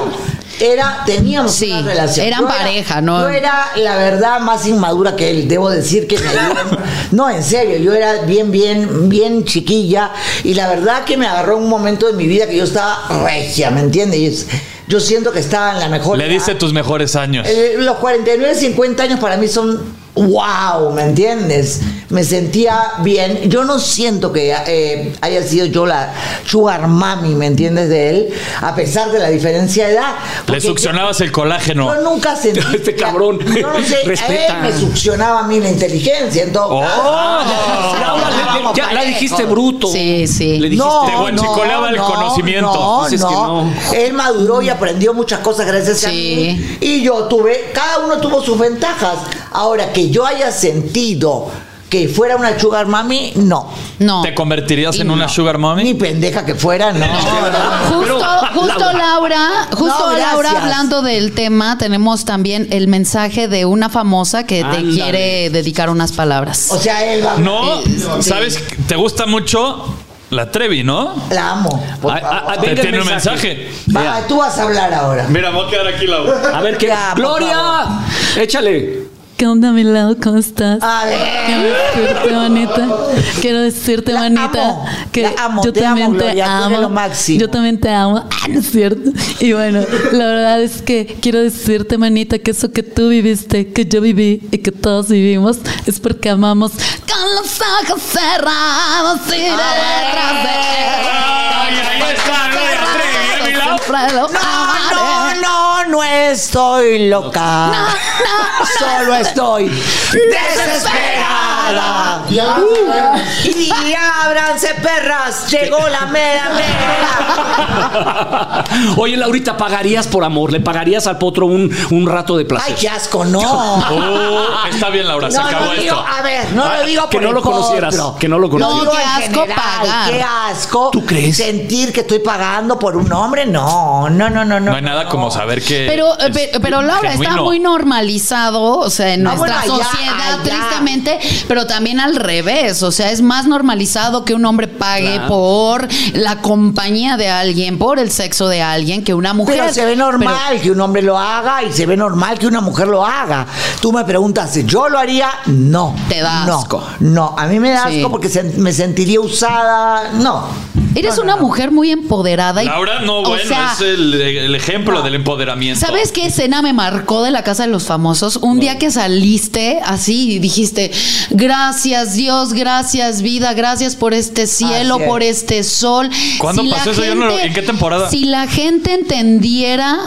C: era, teníamos
F: Sí,
C: una relación.
F: eran
C: Yo era-
F: pareja, ¿no?
C: Yo era, la verdad, más inmadura que él. Debo decir que me dio- No, en serio, yo era bien, bien, bien chiquilla. Y la verdad que me agarró un momento de mi vida que yo estaba regia, ¿me entiendes? Y es- Yo siento que estaba en la mejor.
D: Le
C: edad.
D: diste tus mejores años.
C: Eh, los 49, 50 años para mí son wow, ¿me entiendes? Me sentía bien. Yo no siento que eh, haya sido yo la sugar mami, ¿me entiendes? De él, a pesar de la diferencia de edad.
D: Le
C: Porque
D: succionabas el colágeno.
C: Yo, yo nunca sentí.
E: Este cabrón.
C: Yo no sé,
E: Respeta.
C: a él me succionaba a mí la inteligencia. Entonces,
D: ¡Oh!
E: Laura, le-
C: Vamos,
E: ya la
C: parejo.
E: dijiste bruto.
F: Sí, sí.
E: Le dijiste,
D: te guachicoleaba el conocimiento.
C: No,
E: Dices
C: no.
E: que no.
C: Él maduró y aprendió muchas cosas gracias a
F: Sí.
C: mí. Y yo tuve, cada uno tuvo sus ventajas. Ahora que yo haya sentido que fuera una sugar mami, no.
F: No.
D: ¿Te convertirías en una
C: No.
D: sugar mommy?
C: Ni pendeja que fuera, no.
F: Justo, justo Laura, justo
C: No,
F: Laura
C: gracias.
F: hablando del tema, tenemos también el mensaje de una famosa que te
E: Ándale.
F: quiere dedicar unas palabras.
C: O sea, él va.
D: No,
F: Sí.
D: ¿sabes? que Te gusta mucho la Trevi, ¿no? Ah,
C: La amo. por
E: Ay, ay,
C: favor.
E: ay,
D: Te
E: Venga el
D: tiene un
E: mensaje.
D: mensaje.
C: Va, tú vas a hablar ahora.
D: Mira, voy a quedar aquí, Laura.
E: A ver qué.
C: Ya, por
E: ¡Gloria! Échale.
F: ¿Qué onda, mi lado? ¿Cómo estás?
C: A ver.
F: Quiero decirte, manita. Quiero decirte,
C: La
F: manita,
C: amo,
F: que
C: la amo,
F: yo
C: te
F: también
C: amo,
F: te
C: Gloria, tú eres
F: amo.
C: lo máximo.
F: Yo también te amo. Ah, no es cierto. Y bueno, la verdad es que quiero decirte, manita, que eso que tú viviste, que yo viví y que todos vivimos, es porque amamos con los ojos cerrados y detrás
D: Ay, ahí está, Gloria Trevi, ¿eh,
F: de
D: mi
F: él.
D: Lau?
F: Siempre lo
C: No,
F: amaré.
C: no, no estoy loca. Solo estoy desesperada. Uh. Y ábranse, perras. Llegó la mera mera.
E: Oye, Laurita, ¿pagarías por amor? ¿Le pagarías al potro un, un rato de placer?
C: Ay, qué asco, no.
D: Oh, está bien, Laura, se
C: No,
D: acabó
C: no digo,
D: esto.
C: a ver, no lo digo
E: que
C: por
E: no
C: el
E: lo conocieras,
C: potro.
E: que no lo
C: Lo
E: conocieras.
C: digo
F: Qué
C: en
F: asco
C: general,
F: pagar.
C: Qué asco.
E: ¿Tú crees?
C: Sentir que estoy pagando por un hombre, no, no, no, no.
D: No hay nada como saber que.
F: Pero, eh,
D: es
F: pe- pero Laura, está
D: genuino.
F: muy normalizado, o sea, en
C: Ah, bueno,
F: nuestra
C: allá,
F: sociedad,
C: allá.
F: tristemente, pero también al revés, o sea, es más normalizado que un hombre pague
E: Claro.
F: por la compañía de alguien, por el sexo de alguien, que una mujer.
C: Pero se ve normal que un hombre lo haga y se ve normal que una mujer lo haga. Tú me preguntas si yo lo haría, no.
F: Te da
C: no,
F: asco.
C: No, a mí me da
F: Sí.
C: asco porque se- me sentiría usada. No.
F: Pero eres una mujer muy empoderada. Y,
D: Laura, no,
F: o
D: bueno,
F: sea,
D: es el, el ejemplo del empoderamiento.
F: ¿Sabes qué escena me marcó de la casa de los famosos? Un día que saliste así y dijiste, gracias Dios, gracias vida, gracias por este cielo,
C: Así es.
F: por este sol.
D: ¿Cuándo
F: la
D: pasó eso? Yo no lo- ¿en qué temporada?
F: Si la gente entendiera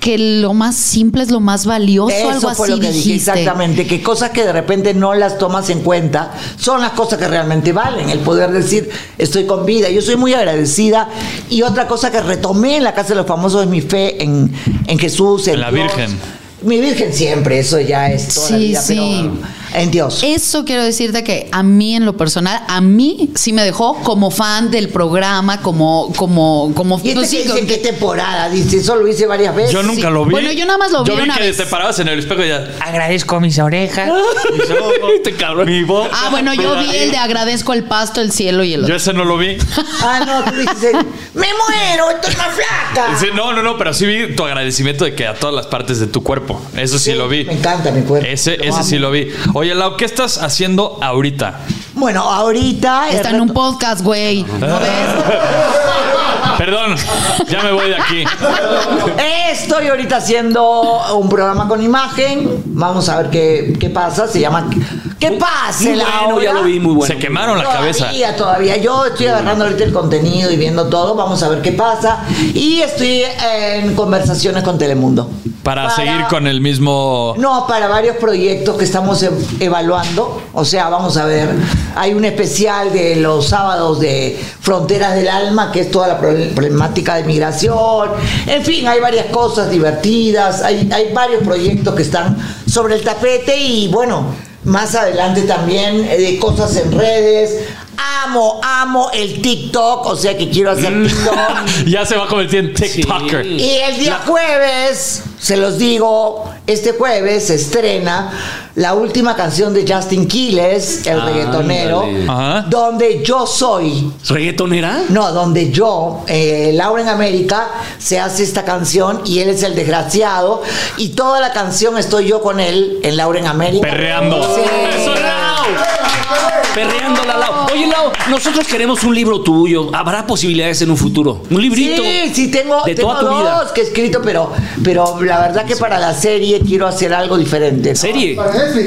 F: que lo más simple es lo más valioso, algo
C: Eso fue
F: así
C: lo que dije
F: dijiste.
C: exactamente, que cosas que de repente no las tomas en cuenta son las cosas que realmente valen, el poder decir estoy con vida, yo soy muy agradecida y otra cosa que retomé en la Casa de los Famosos es mi fe en, en Jesús, en,
D: En la
C: Dios.
D: Virgen.
C: Mi Virgen siempre, eso ya es toda la
F: Sí,
C: vida,
F: sí. Eh,
C: pero en Dios.
F: Eso quiero decirte que a mí en lo personal, a mí sí me dejó como fan del programa, como, como, como.
C: Y este
F: pues sí,
C: que dice
F: como
C: qué temporada, dice, eso lo hice varias veces.
D: Yo nunca
F: Sí.
D: lo vi.
F: Bueno, yo nada más lo
D: Yo
F: vi
D: vi
F: una
D: que
F: vez.
D: te parabas en el espejo y ya.
B: Agradezco mis orejas.
D: mis ojos,
E: Este cabrón.
D: Mi voz.
F: Ah, bueno, yo vi el de agradezco el pasto, el cielo y el
D: Yo
F: otro.
D: ese no lo vi.
C: Ah, no, tú dices, me muero, estoy más flaca.
D: Sí, no, no, no, pero sí vi tu agradecimiento de que a todas las partes de tu cuerpo. Eso sí, lo vi.
C: Me encanta mi cuerpo.
D: Ese,
C: lo
D: ese
C: amo.
D: sí lo vi. Oye, Lau, ¿qué estás haciendo ahorita?
C: Bueno, ahorita... el
F: Está en un
C: reto-
F: podcast, güey.
C: Ah,
F: ¿No ves?
D: Perdón, ya me voy de aquí.
C: Estoy ahorita haciendo un programa con imagen. Vamos a ver qué, qué pasa. Se llama ¿Qué pasa?
E: Muy bueno, ya lo vi, muy bueno.
D: Se quemaron la cabeza.
C: Todavía, todavía. Yo estoy agarrando ahorita el contenido y viendo todo. Vamos a ver qué pasa. Y estoy en conversaciones con Telemundo.
D: Para,
C: Para-
D: seguir con el mismo.
C: No, para varios proyectos que estamos e- evaluando. O sea, vamos a ver. Hay un especial de los sábados de Fronteras del Alma, que es toda la pro- problemática de migración. En fin, hay varias cosas divertidas. Hay, hay varios proyectos que están sobre el tapete y bueno, más adelante también eh, de cosas en redes. Amo, amo el TikTok, o sea que quiero hacer TikTok.
D: Ya se va a convertir en TikToker.
E: Sí.
C: Y el día jueves, se los digo, este jueves se estrena la última canción de Justin Quiles, el
E: Ándale.
C: reggaetonero,
D: Ajá.
C: donde yo soy,
E: ¿Reggaetonera?
C: no, donde yo, eh, Laura en América, se hace esta canción y él es el desgraciado y toda la canción estoy yo con él en Laura en América.
D: Perreando.
C: Sí.
E: ¡Eso, Lau! Perreando la Lau. Oye, Lau, nosotros queremos un libro tuyo. ¿Habrá posibilidades en un futuro? Un librito.
C: Sí, sí, tengo,
E: De
C: tengo
E: toda tu
C: dos
E: vida.
C: que he escrito, pero, pero la verdad que para la serie quiero hacer algo diferente. ¿no?
E: Serie.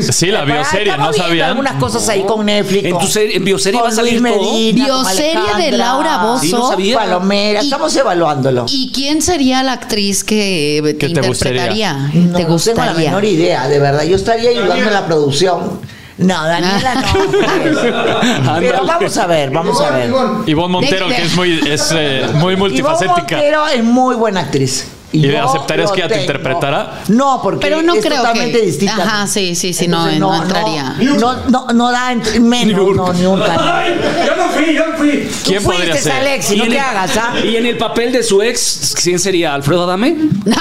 D: Sí, la bioserie,
C: Estamos
D: ¿no
C: viendo
D: sabían?
C: Algunas cosas ahí con Netflix.
E: En tu serie- en bioserie
C: con
E: va a salir
C: Luis
E: todo.
C: Medina, con
F: Bioserie
C: Alejandra,
F: de Laura Bozzo.
E: Sí, no sabía.
C: Palomera,
F: Y-
C: estamos evaluándolo.
F: ¿Y quién sería la actriz que eh, te,
D: ¿Qué te
F: interpretaría?
C: No,
F: ¿Te
C: No tengo la
F: gustaría?
C: menor idea, de verdad. Yo estaría ayudando en la producción. No, Daniela no. Pero
E: Ándale.
C: vamos a ver, vamos a ver.
D: Ivonne Montero, que es muy, es, eh, muy
C: Ivonne
D: multifacética.
C: Montero es muy buena actriz.
D: ¿Y
C: yo
D: aceptarías
C: lo
D: que ella te
C: tengo.
D: interpretara?
C: No, porque
F: Pero no
C: es
F: creo
C: totalmente
F: que-
C: distinta.
F: Ajá, sí, sí, sí, no,
C: Entonces,
F: no entraría.
C: No, no, no da ent- menos, no, ni un carajo.
D: yo no fui, yo no fui.
C: Tú
D: ¿Quién podría
C: fuiste,
D: ser?
C: Alexi, no
E: en
C: te
E: el-
C: hagas, ¿ah?
E: y en el papel de su ex, ¿quién sería? ¿Alfredo Adame? No,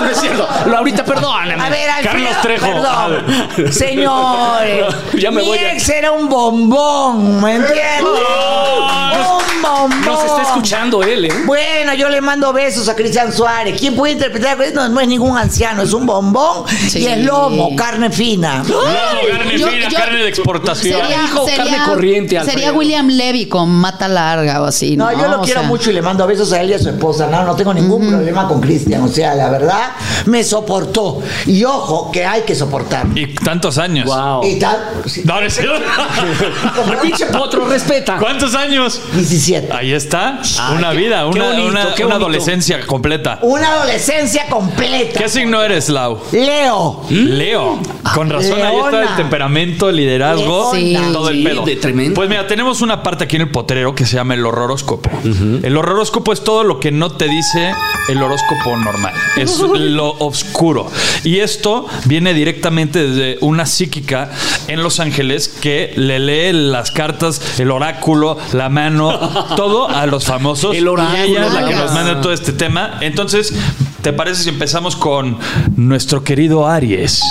E: no es cierto. Lo- Ahorita perdóname.
C: A ver, Alfredo,
D: Carlos Trejo.
C: Perdón. Señores,
E: No, ya me
C: mi
E: voy a-
C: ex era un bombón, ¿me entiendes? un
E: No,
C: bombón.
E: ¡Oh! Nos está escuchando él, ¿eh?
C: Bueno, yo le mando besos a Cristian Suárez. ¿Quién puede interpretar? Pues, No, no es ningún anciano, es un bombón
F: Sí.
C: y es lomo, carne fina.
E: ¡Oh!
D: Lomo, carne
F: Yo-
D: fina,
F: yo-
D: carne de exportación.
F: Sería,
E: Hijo, carne
F: sería-
E: corriente,
F: sería
E: Alfredo.
F: William Levy con mata larga o así. No,
C: No, yo lo
F: O
C: quiero
F: sea,
C: mucho y le mando besos a él y a su esposa. No, no tengo ningún problema con Cristian. O sea, la verdad, me soportó. Y ojo, que hay que soportar.
D: Y tantos años.
E: Wow.
C: Y tal, sí,
D: No, no es cierto.
E: Pinche potro, respeta.
D: ¿Cuántos años?
C: 17.
D: Ahí está. una
E: Ah, qué-
D: vida,
E: qué
D: una,
E: bonito,
D: una-
E: qué
D: una
E: bonito.
D: adolescencia completa.
C: Una adolescencia completa.
D: ¿Qué signo eres, Lau?
C: Leo.
E: ¿Mm?
D: Leo. Con razón, ahí está
C: Leona.
D: el temperamento, el liderazgo,
F: Sí.
D: todo el
E: Sí,
D: pedo.
E: de tremendo.
D: Pues mira, tenemos una parte aquí en el potrero que se llama el horroróscopo. El horroróscopo es todo lo que no te dice el horóscopo normal. Es lo oscuro. Y esto viene directamente desde una psíquica en Los Ángeles que le lee las cartas, el oráculo, la mano, todo a los famosos.
E: El oráculo,
D: Y ella es la que
F: vaya.
D: nos manda todo este tema. Entonces, ¿te parece si empezamos con nuestro querido Aries?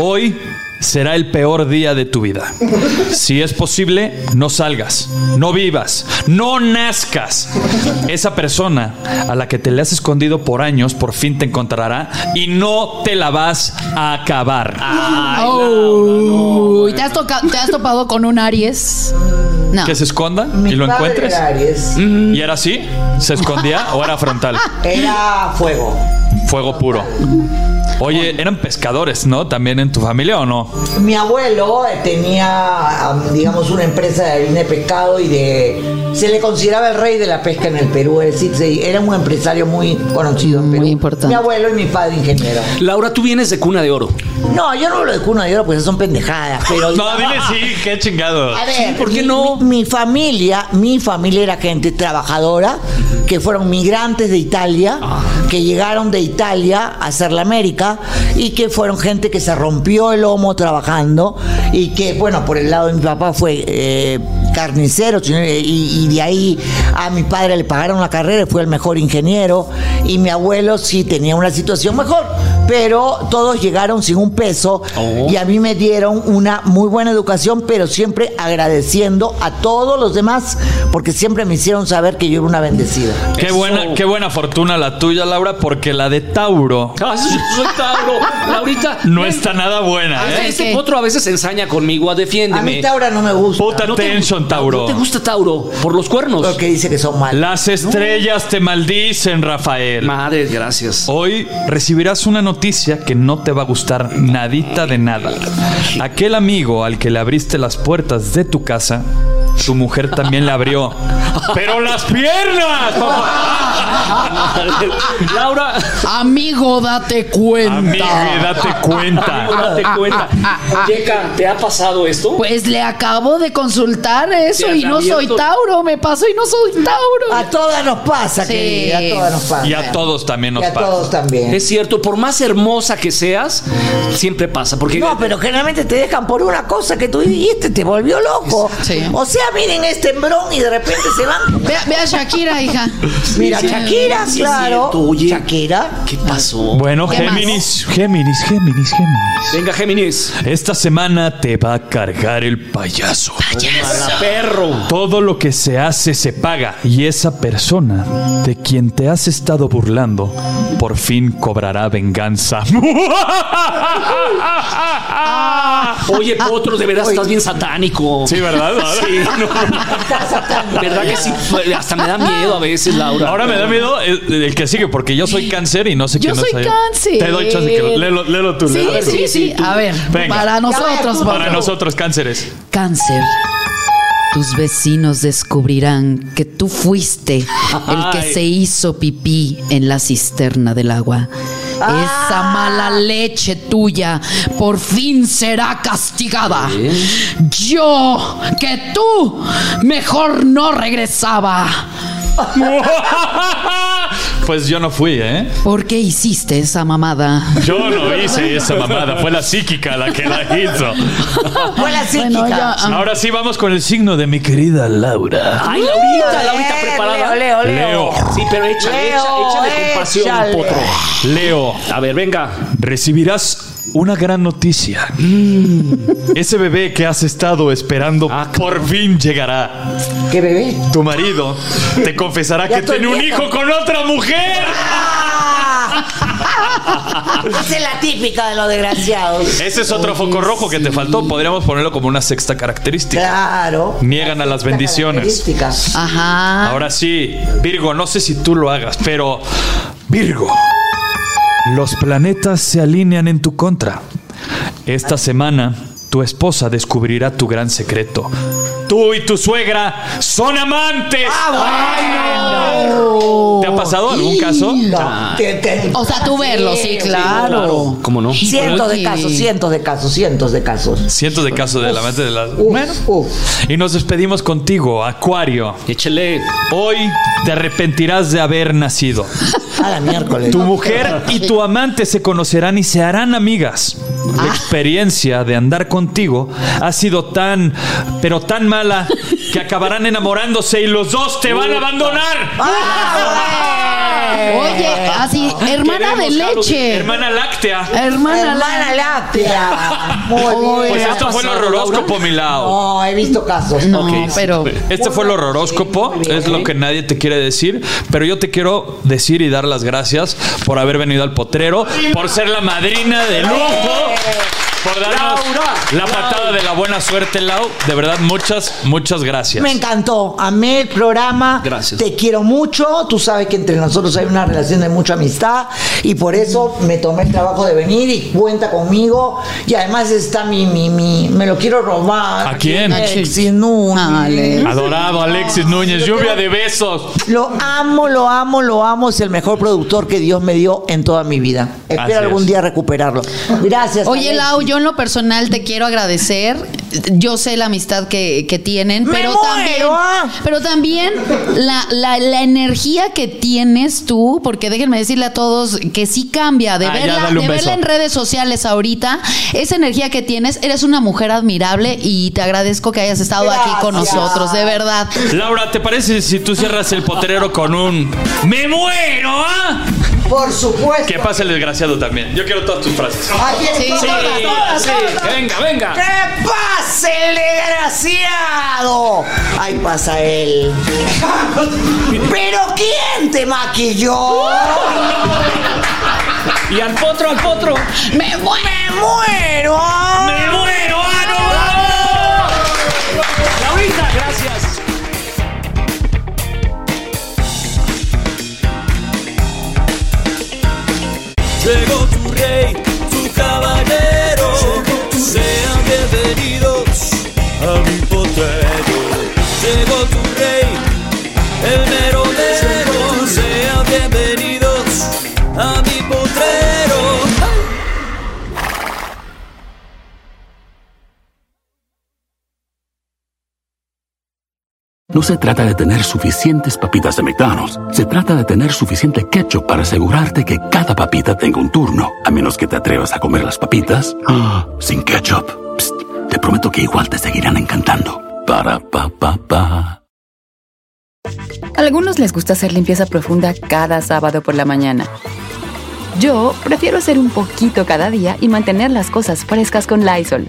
D: Hoy será el peor día de tu vida. Si es posible, no salgas, no vivas, no nazcas. Esa persona a la que te le has escondido por años por fin te encontrará y no te la vas a acabar.
C: Ah.
F: Uy, ¿te, has toca- te has topado con un Aries? No.
D: Que se esconda
C: Mi
D: y lo Mm.
C: padre
D: encuentres.
C: era Aries.
D: ¿Y era así? ¿Se escondía o era frontal?
C: Era fuego.
D: Fuego puro. Oye, eran pescadores, ¿no? También en tu familia o no?
C: Mi abuelo eh, tenía, am, digamos, una empresa de harina de pescado y de. Se le consideraba el rey de la pesca en el Perú. Es decir, se- era un empresario muy conocido en
F: Muy
C: Perú.
F: importante.
C: Mi abuelo y mi padre ingeniero.
E: Laura, tú vienes de cuna de oro.
C: No, yo no hablo de cuna de oro porque son pendejadas, pero.
D: No, dile sí, qué chingado.
C: A ver,
E: ¿por qué
C: mi-
E: no?
C: Mi, mi familia, mi familia era gente trabajadora, que fueron migrantes de Italia, que llegaron de Italia a hacer la América y que fueron gente que se rompió el lomo trabajando y que, bueno, por el lado de mi papá fue eh, carnicero chino, eh, y, y de ahí a mi padre le pagaron la carrera, fue el mejor ingeniero y mi abuelo sí tenía una situación mejor, pero todos llegaron sin un peso
D: Oh.
C: y a mí me dieron una muy buena educación, pero siempre agradeciendo a todos los demás porque siempre me hicieron saber que yo era una bendecida.
D: Qué buena, qué buena fortuna la tuya, Laura, porque la de Tauro
E: Ah, soy soy Tauro. Laurita.
D: no está nada buena, ¿eh?
E: Este potro a veces ensaña conmigo, a
C: A
E: defiéndeme.
C: mí Taura no me gusta.
D: Puta tension, Tauro.
E: ¿No te gusta Tauro? Por los cuernos.
C: Lo que dice que son malos.
D: Las estrellas te maldicen, Rafael.
E: Madre, gracias.
D: Hoy recibirás una noticia que no te va a gustar nadita de nada. Aquel amigo al que le abriste las puertas de tu casa, tu mujer también le abrió. ¡Pero las piernas! papá!
E: Laura,
F: Amigo, date cuenta.
D: Amigo, date cuenta.
E: date cuenta. Checa, ¿te ha pasado esto?
F: Pues le acabo de consultar eso
E: Te
F: y no soy
E: abierto.
F: Tauro, me paso y no soy
C: A
F: Tauro.
C: todas nos pasa,
F: Sí.
C: querida, a todas nos pasa.
D: Y a todos también
C: Y
D: nos
C: a
D: pasa.
C: todos también.
E: Es cierto, por más hermosa que seas, siempre pasa. Porque
C: No, pero generalmente te dejan por una cosa que tú dijiste, te volvió loco.
F: Sí.
C: O sea, miren este hembrón y de repente se van.
F: Ve, ve a Shakira, hija.
C: Mira,
F: sí.
C: Shakira,
E: Sí, es
C: claro.
E: cierto, oye.
C: Shakira.
E: ¿Qué pasó?
D: Bueno,
F: ¿Qué más?
D: Géminis, Géminis, Géminis, Géminis.
E: Venga, Géminis.
D: Esta semana te va a cargar el payaso.
E: Perro.
D: Todo lo que se hace se paga y esa persona de quien te has estado burlando por fin cobrará venganza.
E: Oye, potro, de verdad estás bien satánico.
D: Sí, ¿verdad?
E: Sí, no. ¿Verdad que sí? Pues, Hasta me da miedo a veces, Laura.
D: Ahora me da miedo el, el que sigue porque yo soy cáncer y no sé
F: Yo
D: qué no
F: soy cáncer.
D: Te doy chance que lo- léelo, léelo tú.
F: Sí,
D: léelo tú.
F: sí, sí. A ver,
D: Venga.
F: para nosotros,
D: Para
F: por-
D: nosotros cánceres.
I: Cáncer. Tus vecinos descubrirán que tú fuiste el que
E: Ay.
I: se hizo pipí en la cisterna del agua. Esa
F: Ah.
I: mala leche tuya por fin será castigada. Yo, que tú mejor no regresaba.
D: pues yo no fui, ¿eh?
I: ¿Por qué hiciste esa mamada?
D: Yo no hice esa mamada, fue la psíquica la que la hizo.
C: Fue la psíquica.
I: Bueno, ya, ah,
D: Ahora sí vamos con el signo de mi querida Laura.
E: Ay, Laurita, Laurita
C: Eh, Leo,
E: preparada.
C: Leo, Leo.
D: Leo,
E: Sí, pero échale,
C: Leo,
E: echa- échale compasión,
C: échale.
E: potro.
D: Leo,
E: A ver, venga.
D: recibirás una gran noticia. Ese bebé que has estado esperando
E: Ah,
D: por fin llegará.
C: ¿Qué bebé?
D: Tu marido te confesará
C: Ya
D: que
C: estoy
D: tiene un
C: viejo.
D: hijo con otra mujer.
C: Ah. Esa es la típica de los desgraciados.
D: Ese es otro foco rojo que te faltó. Podríamos ponerlo como una sexta característica.
C: Claro.
D: Niegan a las bendiciones.
C: Características.
I: Ajá.
D: Ahora sí, Virgo, no sé si tú lo hagas, pero Virgo, los planetas se alinean en tu contra. Esta semana, tu esposa descubrirá tu gran secreto. Tú y tu suegra son amantes. ¿Te ha pasado algún caso?
F: Ah,
C: No, te- te-
I: O sea, tú verlo, sí, claro.
E: ¿Cómo no?
C: Cientos de casos, cientos de casos, cientos de casos.
D: Cientos de casos de la amante de la...
C: Uf,
D: Bueno.
C: uf.
D: Y nos despedimos contigo, Acuario.
E: Échale.
D: Hoy te arrepentirás de haber nacido.
C: A la miércoles.
D: Tu mujer y tu amante se conocerán y se harán amigas.
I: Ah.
D: La experiencia de andar contigo ha sido tan, pero tan mala que acabarán enamorándose y los dos te van a abandonar.
C: Ah,
I: Oye, así, hermana de
E: Queremos, Carlos,
I: leche. Eh,
D: Hermana láctea.
I: Hermana, la-
C: Hermana láctea. Muy
I: Oye,
D: Pues
I: eh, ¿ha
C: bien.
D: esto fue el
I: pasado,
D: horóscopo, Milao.
C: No, he visto casos.
I: No, pero
D: Este fue el horóscopo, es lo que nadie te quiere decir, pero yo te quiero decir y dar las gracias por haber venido al potrero, por ser la madrina de lujo, por darnos
E: Laura,
D: la patada de la buena suerte, Lau. De verdad, muchas, muchas gracias.
C: Me encantó, amé el programa.
E: Gracias.
C: Te quiero mucho. Tú sabes que entre nosotros hay una relación de mucha amistad y por eso me tomé el trabajo de venir y cuenta conmigo. Y además está mi, mi, mi, me lo quiero robar.
D: ¿A quién?
C: Alexis Núñez.
I: Alex.
D: Adorado Alexis Núñez, lluvia de besos.
C: Lo amo, lo amo, lo amo. Es el mejor productor que Dios me dio en toda mi vida. Espero
D: Así
C: algún
D: es.
C: día recuperarlo. Gracias.
I: Oye,
C: Alex.
I: Lau, yo en lo personal te quiero agradecer. Yo sé la amistad que, que tienen,
C: ¡Me
I: pero
C: muero,
I: también,
C: ah!
I: pero también la, la- la energía que tienes tú, porque déjenme decirle a todos que sí cambia de,
D: Ah, ya,
I: verla,
D: dale un
I: de verla
D: beso.
I: en redes sociales ahorita. Esa energía que tienes, eres una mujer admirable y te agradezco que hayas estado aquí con
C: Gracias.
I: nosotros, de verdad.
D: Laura, ¿te parece si tú cierras el potrero con un ¡Me muero! ah?
C: Por supuesto.
D: Que pase el desgraciado también. Yo quiero todas tus frases.
C: Aquí está.
I: Sí,
C: Todas,
D: sí.
C: todas, todas.
D: Venga, venga.
C: ¡Que pase el desgraciado! Ahí pasa él. ¿Pero quién te maquilló?
D: Y al potro, al potro.
I: ¡Me muero!
C: ¡Me muero!
D: ¡Me muero! ah, no, vamos!
E: Laurita, gracias.
B: Llegó tu rey, tu caballero. Sean bienvenidos a mi potrero. Llegó tu rey, el mero mero. Sean bienvenidos a mi potrero.
A: No se trata de tener suficientes papitas de McDonald's. Se trata de tener suficiente ketchup para asegurarte que cada papita tenga un turno. A menos que te atrevas a comer las papitas ah, sin ketchup. Psst, te prometo que igual te seguirán encantando. Para pa pa pa.
J: Algunos les gusta hacer limpieza profunda cada sábado por la mañana. Yo prefiero hacer un poquito cada día y mantener las cosas frescas con Lysol.